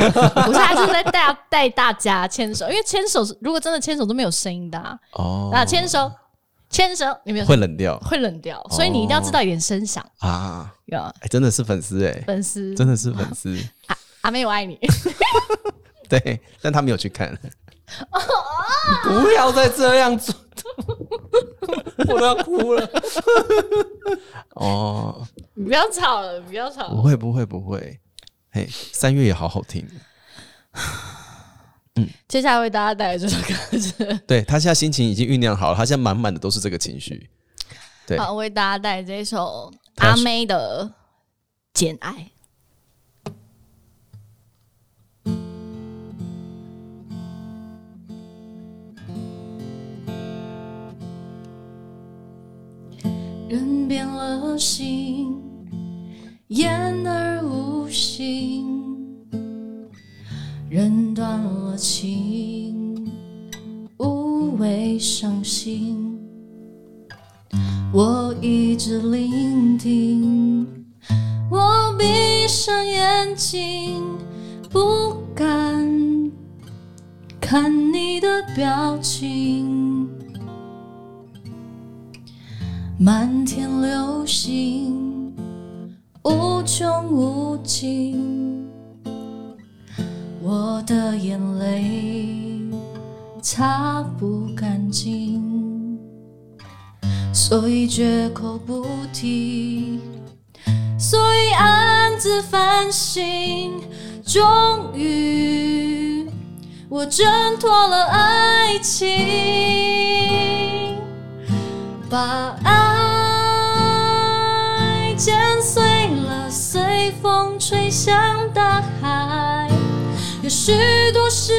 是，他就是在带带大家牵手，因为牵手是如果真的牵手都没有声音的啊，哦啊，牵手牵手，你没有会哦冷掉会冷掉，所以你一定要知道一点声响啊！呀。哎、真的是粉丝哎、粉丝真的是粉丝。啊阿妹，我爱你。 <laughs> 对，但他没有去看。不要再这样做， <laughs> 我都要哭了。哦，你不要吵了，不要吵不了。会，不会，不会。哎，三月也好好听。接下来为大家带来这首歌是。 <laughs> 对他现在心情已经酝酿好了，他现在满满的都是这个情绪。对好，为大家带来这首他阿是妹的《简爱》。哦人变了心，言而无信；人断了情，无谓伤心。我一直聆听，我闭上眼睛，不敢看你的表情。满天流星，无穷无尽，我的眼泪擦不干净。所以绝口不提，所以暗自反省。终于，我挣脱了爱情，把爱剪碎了，随风吹向大海。有许多事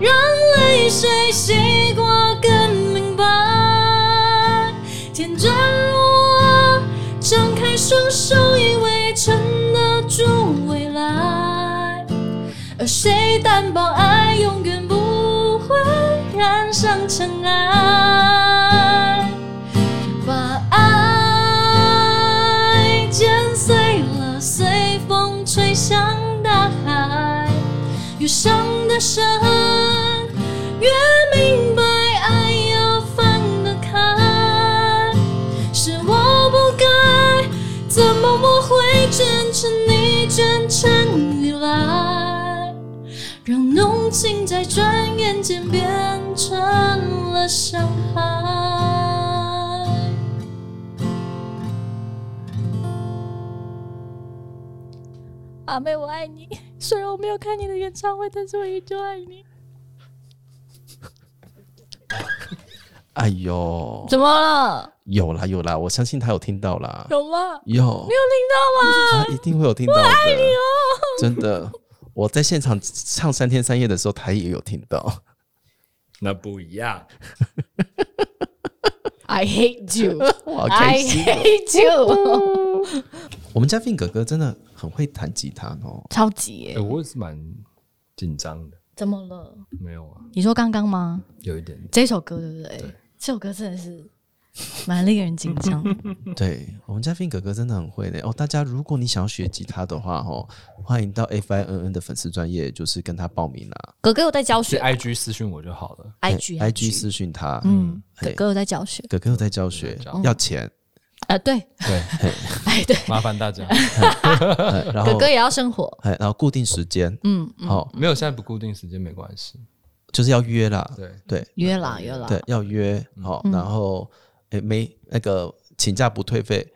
让泪水洗过更明白。天真我张开双手，因为撑得住而谁担保爱永远不会染上尘埃？把爱剪碎了，随风吹向大海。越伤得深，越明白爱要放得开。是我不该，怎么我会卷成你，卷成你来，让浓情在转眼间变成了伤害。阿妹，我爱你。虽然我没有看你的演唱会，但是我依旧爱 <laughs> 你。哎呦，怎么了？有啦有啦，我相信他有听到啦，有吗？有，你有听到吗？他一定会有听到的。我爱你哦，真 <laughs> 的。我在现场唱三天三夜的时候，他也有听到。那不一样。 I hate <laughs> you. 我好开 I 心！ hate you. 我们家 Fin 哥哥真的很会弹吉他哦。超级耶！哎我也是蛮紧张的，怎么了？没有啊，你说刚刚吗？有一点。这首歌对不对？这首歌真的是蛮令人紧 <laughs> 张。对我们家 Fin 哥哥真的很会的哦。大家如果你想要学吉他的话哦，欢迎到 FINN 的粉丝专业，就是跟他报名啦。哥哥有在教是学 IG 私讯我就好了。 ，IG IG 私讯他，嗯，嘿哥哥有在教学。哥哥有在教学，要钱，啊，对，对，哎，对，麻烦大家。呃然哥后哥也要生活。哎，然后固定时间，嗯，好，没有，现在不固定时间没关系。就是要约啦，对，对约啦约啦。对，要约好，然后哎没那个请假不退费，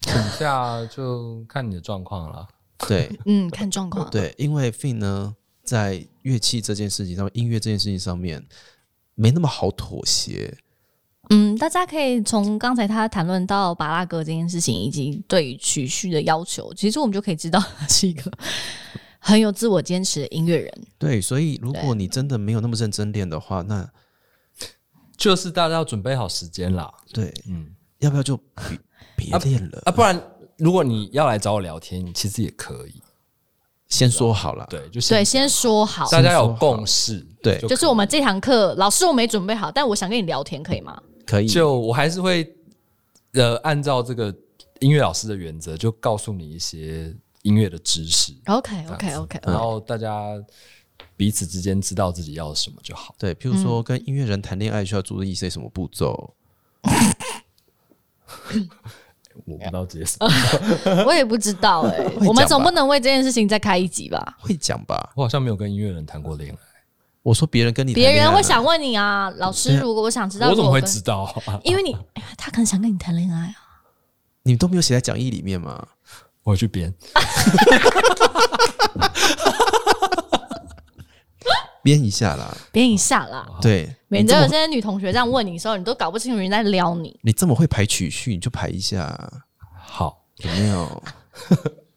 请假就看你的状况了。对， <laughs> 嗯，看状况。对，因为 Fin 呢，在乐器这件事情上面，音乐这件事情上面，没那么好妥协。嗯，大家可以从刚才他谈论到巴拉格这件事情，以及对于曲序的要求，其实我们就可以知道他是一个很有自我坚持的音乐人。对，所以如果你真的没有那么认真练的话，那就是大家要准备好时间啦对，嗯，要不要就别别练了？啊，不然如果你要来找我聊天，其实也可以。先说好了，对，就是对，先说好，大家有共识。对就就是我们这堂课，老师我没准备好，但我想跟你聊天，可 <laughs> 以吗？可以。就我还是会呃按照这个音乐老师的原则，就告诉你一些音乐的知识， OK OK OK，然后大家彼此之间知道自己要什么就好。对，譬嗯如说跟音乐人谈恋爱需要注意一些什么步骤？我不知道这些什 <laughs> 我也不知道 <laughs> 哎、吧我们总不能为这件事情再开一集吧？会讲吧？我好像没有跟音乐人谈过恋爱，我说别人跟你谈别恋人爱会啊想问你啊，老师，如果我想知道，我怎么如会果跟知？道 <laughs> 啊？哦因为你、哎他可能想跟你谈恋爱啊。你都没有写在讲义里面嘛？我去编，编一下啦。别一下啦，对，免你得这有么些女同学这样问你的时候，你都搞不清楚人家在撩 <laughs> 你。你这么会排曲序，你就排一下，好，有没 <laughs> 有？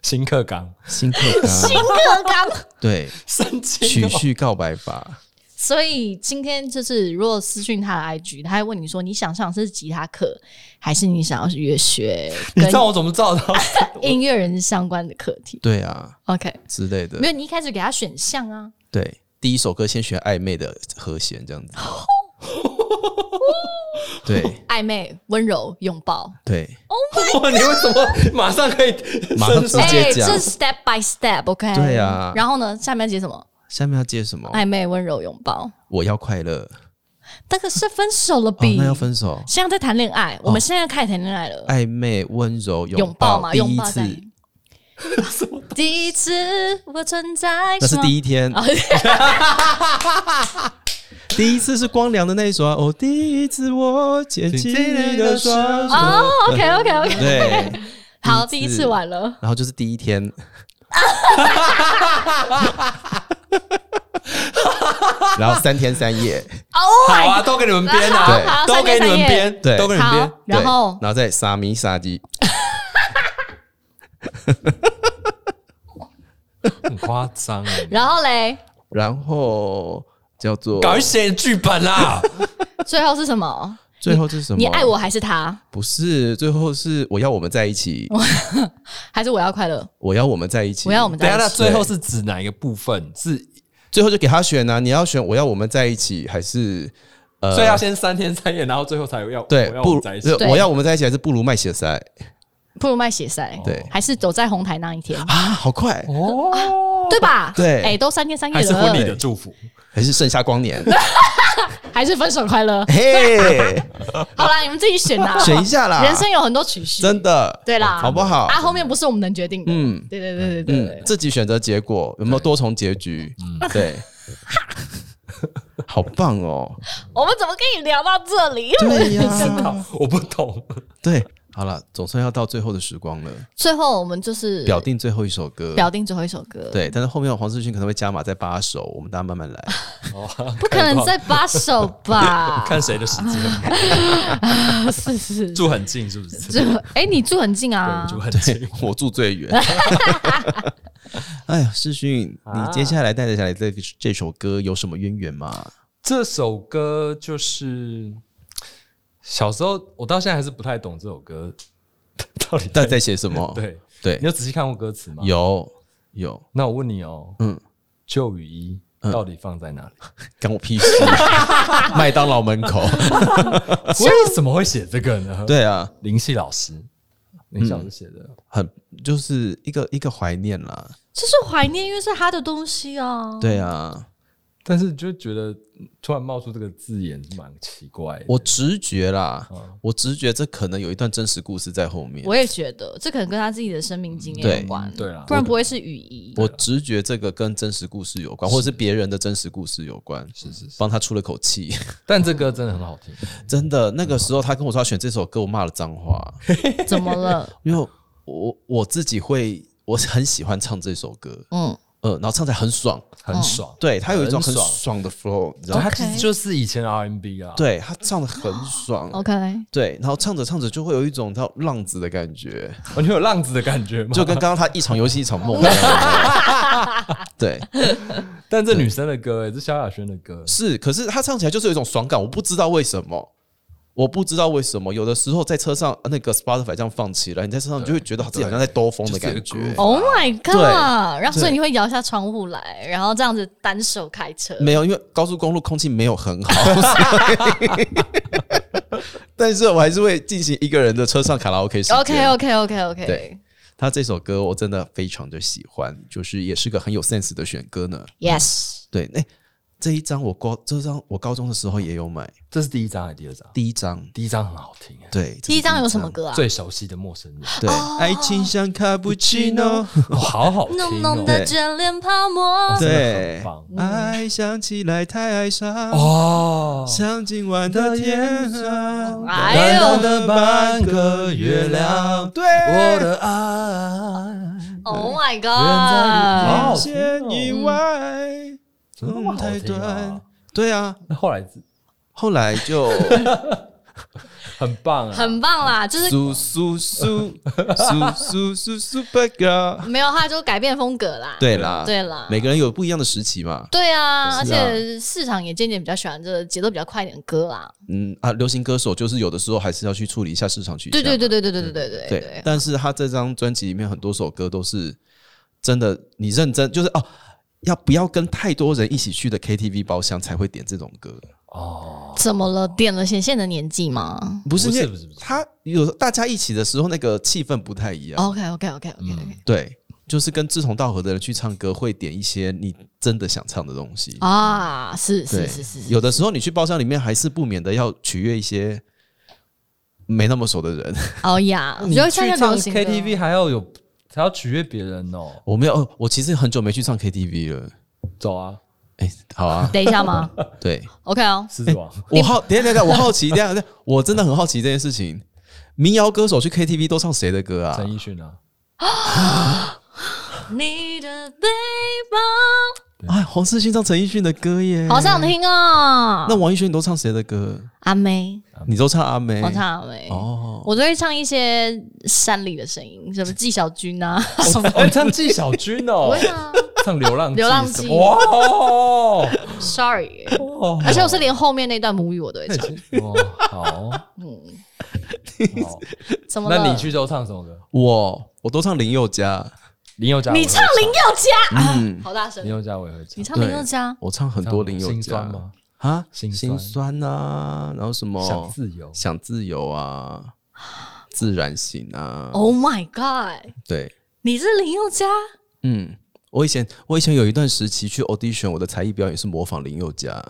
新课纲，新课纲课纲。 <laughs> 对神经曲哦序告白法。所以今天就是，如果私讯他的 IG，他会问你说，你想上是吉他课，还是你想要去学你跟知道我怎么知道的？ <laughs> 音乐人相关的课题对啊？OK，之类的没。有，你一开始给他选项啊。对，第一首歌先学暧昧的和弦，这 <laughs> 样子。对暧昧、温柔、拥抱，对，哇，你为什么马上可以马上直伸手接讲这。哎是 step by step，OK？、对啊然后呢，下面要接什么？下面要接什么？暧昧、温柔、拥抱，我要快乐。那个是分手了哦，比、那要分手。哦现在在谈恋爱，我们现在开始谈恋爱了。暧昧、温柔、拥抱抱嘛，第拥一抱在次，。 <laughs> 第一次我存在，那是第一天。啊 <laughs> 第一次是光良的那一首啊。哦，第一次我牵起你的双手。 <laughs> 哦，OK OK OK，对， <laughs> 好，第一次完了，然后就是第一 <laughs> 天。然后三天三夜，好啊，都给你们编对啊，好都给你三天们三夜编，对都给你们编好。，然对后然后再傻咪傻鸡，很夸张哎，然后嘞，然后叫做搞一些剧本啦。 <laughs> 最后是什么？最后是什么？你爱我还是他， <laughs> 不是？最后是我要我们在一起，还是我要快乐？我要我们在一起，我要我们 <laughs> 等一下，在那一起。最后是指哪一个部分？是，最后就给他选啊！你要选我要我们在一起，还是呃，所以要先三天三夜，然后最后才要对我要我不们在一起如？对我要我们在一起，还是不如卖血塞不如卖血塞，对还是走在红毯那 <laughs> 一天，啊？好快，哦，对吧？对哎，都三天三夜还是婚礼了，的祝福？还是盛夏光 <laughs> 年？？还是分手快乐 <laughs> 嘿，好啦，你们自己选啦，选一下啦！人生有很多曲序，啊真的对啦，好不好？啊，后面不是我们能决定的，嗯嗯，对对对对对嗯，对，自己选择结果有没有多重结局？嗯对， <laughs> 好棒哦！我们怎么跟你聊到这里？对 <laughs> 呀，靠，我不懂。对，好了，总算要到最后的时光了，最后我们就是表定最后一首歌。表定最后一首歌，，对，但是后面黄志勋可能会加码再八首，我们大家慢慢来。不可能再八首 <laughs> 吧？看谁的时间，啊是是，住很近是不是？这哎，你住很近啊对，住很近。 <laughs> 我住最远。哎呀，世勋，你接下来带着下来这个这首歌有什么渊源吗？这首歌就是小时候，我到现在还是不太懂这首歌到底但在写什么？ <laughs> 对。你对，有仔细看过歌词吗？。有有，那我问你哦，嗯嗯，旧雨衣到底放在哪里？ <laughs> 干我屁事！麦当劳门口。为什么会写这个呢？，对啊，林夕老师，林夕老师写的。很就是一个一个怀念啦。这是怀念，因为是他的东西啊。对啊，但是就觉得嗯突然冒出这个字眼是蛮奇怪的。我直觉啦，我直觉这可能有一段真实故事在后面 <laughs> 我。也觉得，这可能跟他自己的生命经验有关，对对啊不然不会是雨衣。我直觉这个跟真实故事有关，或者是别人的真实故事有关，是是是，帮他出了口气。但这歌真的很好听。真的，那个时候他跟我说要选这首歌，我骂了脏话。 <laughs> 怎么了？因为我我自己会，我很喜欢唱这首歌，嗯，呃，然后唱起来很爽，很爽，对，它有一种很很爽爽的 flow，你知道对，吗？它 OK 就就是以前的 RMB 啊，，哦对，他唱的很爽， OK，对，然后唱着唱着就会有一种叫浪子的感 <laughs> 觉，完哦全有浪子的感觉嘛。就跟刚刚他一场游戏一场梦一样。对，但这女生的歌，哎这萧亚轩的歌，是，可是他唱起来就是有一种爽感，我不知道为什么。我不知道为什么，有的时候在车上呃那个 Spotify 这样放起来，你在车上你就会觉得自己好像在兜风的对感就是有一觉个。 Oh my god！然后对所以你会摇下窗户来，然后这样子单手开车。没有，因为高速公路空气没有很好，所以 <laughs> 但是我还是会进行一个人的车上卡拉 OK 时间。 OK OK OK OK，对他这首歌我真的非常的喜欢，就是也是个很有 sense 的选歌呢。 ，Yes，对，哎、这一张我高这张我高中的时候也有买，这是第一张还是第二张？第一张，第一张很好听，哎对，这第一张是有什哦么？歌啊？最熟悉的陌生人，对，爱情像卡布奇诺，哦好好听浓浓哦，的眷恋泡沫，对很棒，爱想起来太哀伤，哦，像今晚的天上。哎淡淡呦的半个月亮，对，我的爱， ，Oh my 好好 god！听线以哦，外，怎么那么好太听短啊。对啊，那后来是后来就很棒啊，很棒啦，就是苏苏苏苏苏苏 super girl。没有他就改变风格啦。对啦，对啦每个人有不一样的时期嘛。对啊，而是啊且市场也渐渐比较喜欢这个节奏比较快一点的歌啦。嗯啊，流行歌手就是有的时候还是要去处理一下市场取向。对对对对对对对对对嗯对对。但是他这张专辑里面很多首歌都是真的，你认真就是哦。要不要跟太多人一起去的 KTV 包厢才会点这种歌？哦，怎么了？点了显现的年纪吗不是，不是因为不是不是他有大家一起的时候，那个气氛不太一样。 ？OK OK OK OK OK 嗯。对，就是跟志同道合的人去唱歌，会点一些你真的想唱的东西。啊，是对是是是，有的时候你去包厢里面，还是不免的要取悦一些没那么熟的人。 <laughs> 哦呀，我觉得像去是唱流行歌 KTV 还要有还要取悦别人哦，我没有，哦我其实很久没去唱 KTV 了。走啊，哎、好啊，等一下吗对？OK 哦，狮子王，我好，等一下等一下，我好奇，等一下等一下，我真的很好奇这件事情。民谣歌手去 KTV 都唱谁的歌啊陈？奕迅啊，你的背包。哎，黄世勋唱陈奕迅的歌耶。好想听哦。那王一轩你都唱谁的歌？阿妹，啊阿你妹。都唱阿妹我唱阿妹，哎哦，我都会唱一些山里的声音，什么纪晓君啊，哦哦，你唱纪晓君 <laughs> 哦我会，啊唱流浪流浪什记么哇哦， ，Sorry，哦而且我是连后面那段母语我都会那已唱，经 <laughs> 哦好，嗯，好怎么了？那你去都唱什么歌？我我都唱林宥嘉，林宥嘉我也你会唱唱，林宥嘉，嗯，好大林声，宥嘉我也会唱你，唱林宥 <laughs> 嘉，我唱很多林宥心嘉酸吗？啊，心心酸酸啊，然后什么想自由，想自由啊，自然醒啊， Oh my god！对，你是林宥嘉？ <laughs> 嗯。我以前我以前有一段时期去 audition，我的才艺表演是模仿林宥 <laughs> 嘉。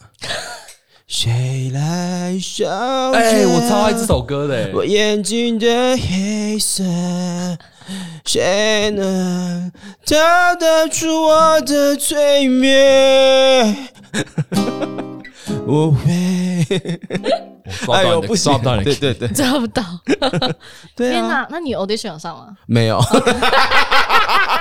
谁来笑？哎，我超爱这首歌的，哎我眼睛的黑色，谁能逃得出我的催 <laughs> 眠？我会，哎我抓哎不到你的，抓不到你的对对对抓不到。对天啊，哪，那你 audition 有上吗？没有。 <laughs> 我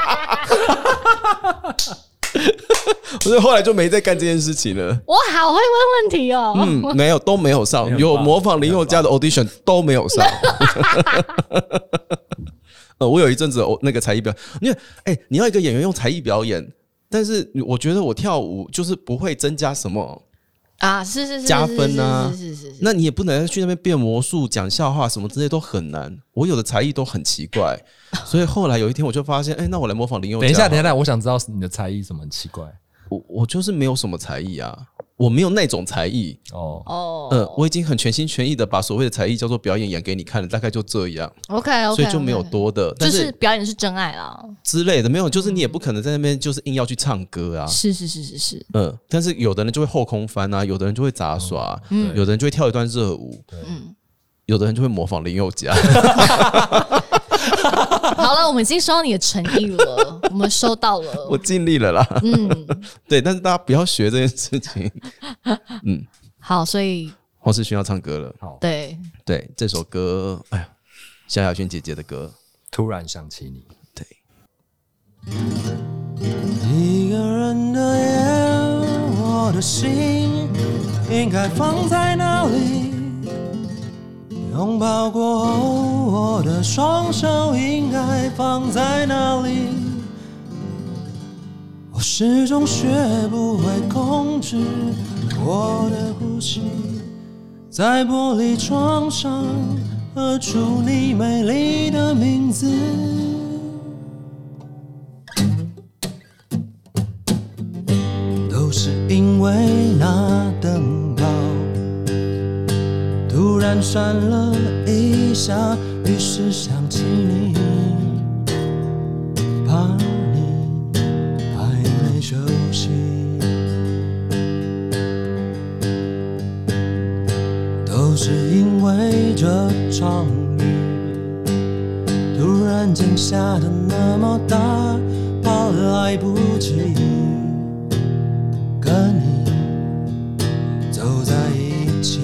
所以后来就没再干这件事情了。我好会问问题哦。嗯，没有，都没有上，很有棒模仿林宥嘉的 audition 都没有上。 <laughs> 呃，我有一阵子我那个才艺表演，因为哎、你要一个演员用才艺表演，但是我觉得我跳舞就是不会增加什么，啊，是是是加分啊是是是是是。那你也不能去那边变魔术、讲笑话什么之类都很难。我有的才艺都很奇怪，所以后来有一天我就发现，哎、那我来模仿林宥嘉。等一下，等一下，下，我想知道你的才艺什么很奇怪我我就是没有什么才艺啊，我没有那种才艺。哦。哦，呃，我已经很全心全意的把所谓的才艺叫做表演演给你看了，大概就这样。 OK OK，所以就没有，多的，但就是是表演是真爱啦。之类的没有，就是你也不可能在那边就是硬要去唱歌啊。是是是是是，嗯，但是有的人就会后空翻啊，有的人就会杂耍啊、嗯有的人就会跳一段热舞，嗯。有的人就会模仿林宥嘉。好哦了，我们已经收到你的诚意了，我们收到了。我尽力了啦，哦嗯， <laughs> 对，但是大家不要学这件事情。好，所以黄世勋要唱歌了，好，对，对，这首歌，哎呀，萧亚轩姐姐的歌，突然想起你，对，一个人的夜，我的心应该放在哪里？拥抱过后，我的双手应该放在哪里？我始终学不会控制我的呼吸，在玻璃窗上喝出你美丽的名字。都是因为那灯泡突然闪了一下，于是想起你，怕你还没休息。都是因为这场雨，突然间下的那么大，怕来不及。跟你走在一起。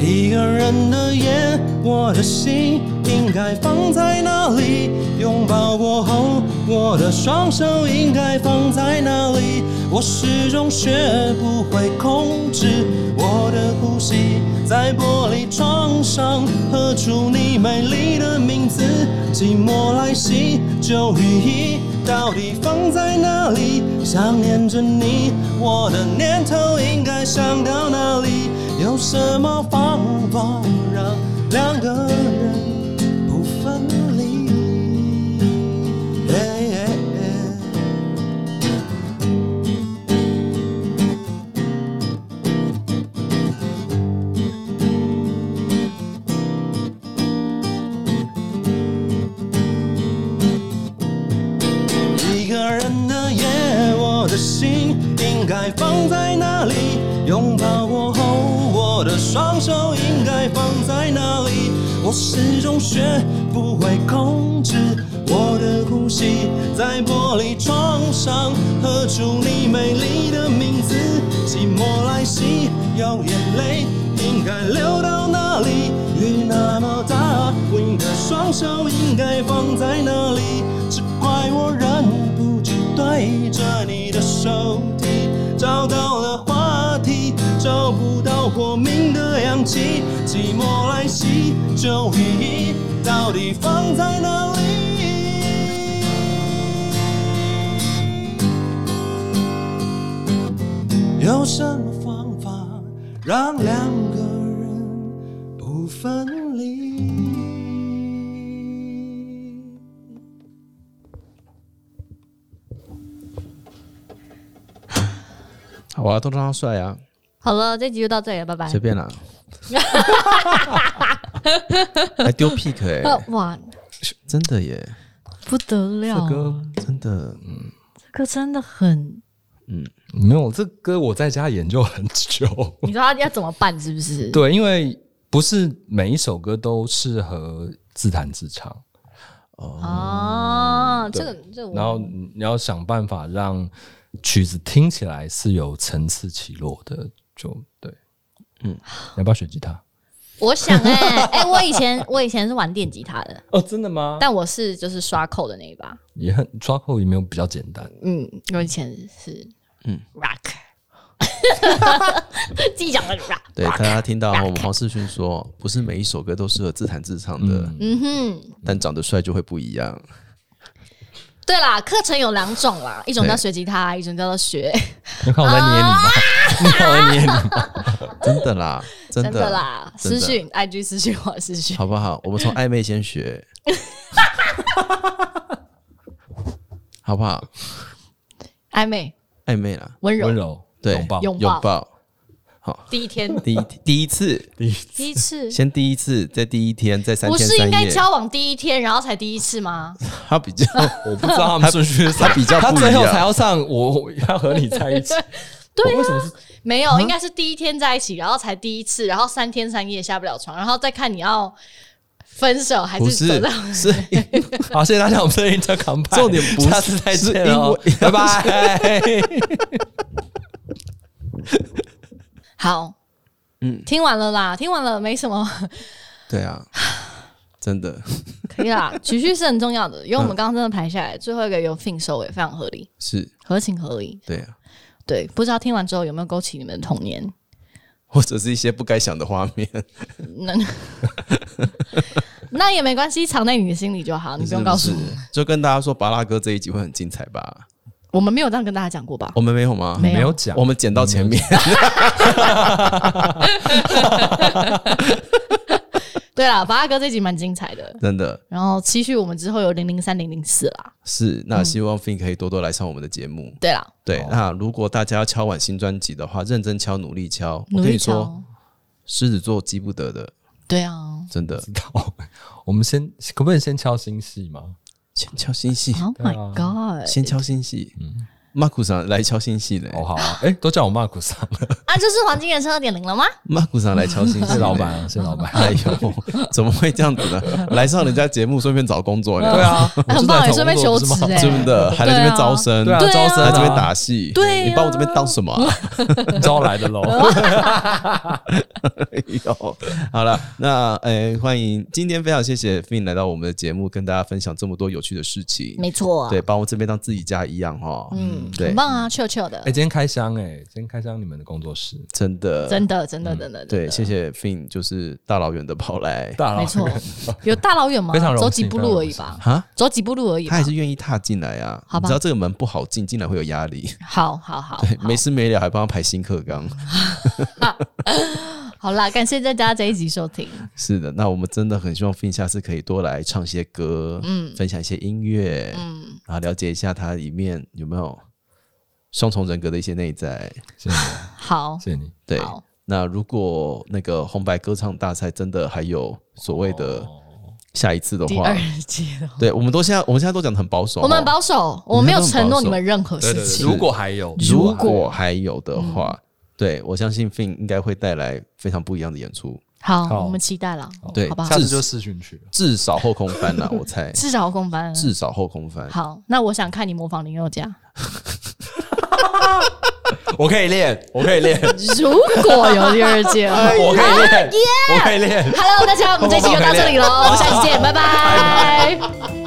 一个人的夜，我的心应该放在哪里？拥抱过后，我的双手应该放在哪里？我始终学不会控制我的呼吸，在玻璃窗上喝出你美丽的名字。寂寞来袭，旧雨衣到底放在哪里？想念着你，我的念头应该想到哪里？有什么方法让两个人不分离？Yeah, yeah, yeah. 一个人的夜，我的心应该放在哪里？拥抱过后，我的双手应该放在哪里？我始终学不会控制我的呼吸，在玻璃窗上喝出你美丽的名字。寂寞来袭，有眼泪应该流到哪里？雨那么大，我的双手应该放在哪里？只怪我忍不住对着你的手提，找到了话题，找不到。起，寂寞来袭，旧回忆到底放在哪里？有什么方法让两个人不分离？好啊，都让他帅啊，好了，这集就到这里了，拜拜随。便啦。还丢 pick 哎、呃哇，真的耶，不得了啊，真的，嗯，这个真 <laughs> 的很，没有这歌我在家研究很久。你说他要怎么办？是不是？ <laughs> 对，因为不是每一首歌都适合自弹自唱，哦，这个这个我然后你要想办法让曲子听起来是有层次起落的，就对，嗯，要不要学吉他？我想哎、哎、我以前 <laughs> 我以前是玩电吉他的，哦，真的吗？但我是就是刷扣的那一把。也很抓扣也没有比较简单，嗯，我以前是嗯 rock，自己讲的 rock。对，大家听到我们黄世勋说，不是每一首歌都适合自弹自唱的，嗯哼，但长得帅就会不一样。对啦，课程有两种啦，一种叫对学吉他，一种叫做学你看我在捏你吗？你看我在捏你吗？啊 <laughs> 真的啦，真的啦。真的私讯 IG 私讯我私讯，好不好？我们从暧昧先学，好不好？暧昧暧昧啦，温柔温柔，对，拥抱，拥拥抱，第一天 <laughs> 第一第一次，第一次。先第一次，再第一天，再三不天是应三该夜，交往第一天，然后才第一次吗？ <laughs> 他比较我不知道他们顺序是什 <laughs> 么他比较他不一最后样才要上，我我要和你在一起。 <laughs> 对啊为什么是没啊有，应该是第一天在一起，然后才第一次，然后三天三夜下不了床，然后再看你要分手还不走是到是好，谢谢大家，我们是 Inter Combine，重点不 <laughs> 是下次再见哦是因为，拜拜。 <laughs> 好。嗯，听完了啦，听完了，没什么， <laughs> <laughs> 对啊，真的可 <laughs> 以啦。情绪是很重要的，因为我们刚刚真的排下嗯来，最后一个由 Fin 收尾，非常合理，是合情合理。对啊，对，不知道听完之后有没有勾起你们的童年？或者是一些不该想的画面， <laughs> 那 <laughs> 那也没关系，藏在你的心里就好，你不用告诉是我。不是就跟大家说，巴拉哥这一集会很精彩吧？我们没有这样跟大家讲过吧我？们没有吗？没有没有讲，我们剪到前面， <laughs> 对啦，巴拉哥这集蛮精彩的，真的然后期许我们之后有零零三、零零四啦。是。嗯那希望 Fin 可以多多来上我们的节目。对啦，对，哦那如果大家要敲完新专辑的话，认真敲，努力敲。我努跟你力说，敲。狮子座急不得的，对啊，真 <laughs> 的。好我们先可不可以先敲新戏吗？先敲新戏， Oh 啊 my god！先敲新戏。马库桑来敲新戏嘞，嗯哦，好啊，哎，都叫我 Mark 上 <laughs> 了，啊，这是黄金人生二点零了吗？马库桑啊来敲新戏谢嘞谢 <laughs> 老板。啊，谢谢老板。哎呦，怎么会这样子 <laughs> 呢？来上人家节目，顺便找工作呢，对啊，我很是棒，在也找顺便工求职作不是吗哎，真的还来这边招生，对啊，对啊招生来啊这边打戏，对啊你把我这边当什么啊？ <laughs> 招 <laughs> 来的喽。哎呦，好了，那呃，欢迎今天非常谢谢 Fin 来到我们的节目，跟大家分享这么多有趣的事情，没错，对，，把我这边当自己家一样哈，嗯，对很，棒啊，chill chill 的哎，，今天开箱哎，今天开箱你们的工作室，真的，真的，真的，真的，对，真谢谢 Fin，就是大老远的跑来大的佬没错，有大老远吗？非常荣幸走几步路而已吧，啊，走几步路而已吧。他还是愿意踏进来啊，好吧你知道这个门不好进，进来会有压力，好好好，好没事没了还帮他排新课纲，好啦，感谢大家这一集收听，是的，那我们真的很希望 Fin 下次可以多来唱些歌，嗯，分享一些音乐，嗯，然后了解一下他里面有没有双重人格的一些内在。谢谢你，好，谢谢你。对好，那如果那个红白歌唱大赛真的还有所谓的下一次的第话，二集了，对我们都现在我们现在都讲的很保守哦，我们很保守，我们没有承诺你们任何对事对对，情，如果还有，如果还有的话，嗯对我相信 Fin 应该会带来非常不一样的演出，好，好我们期待了，对好不好下？次就试训去了。至少后空翻啊 <laughs> 啦，我猜，至少公班，至少后空翻。好，那我想看你模仿林宥嘉。我可以练，我可以练，如果有第二届我可以练，我可以练。 ，Hello，大家，我们这期就到这里喽，我们下期见，拜拜。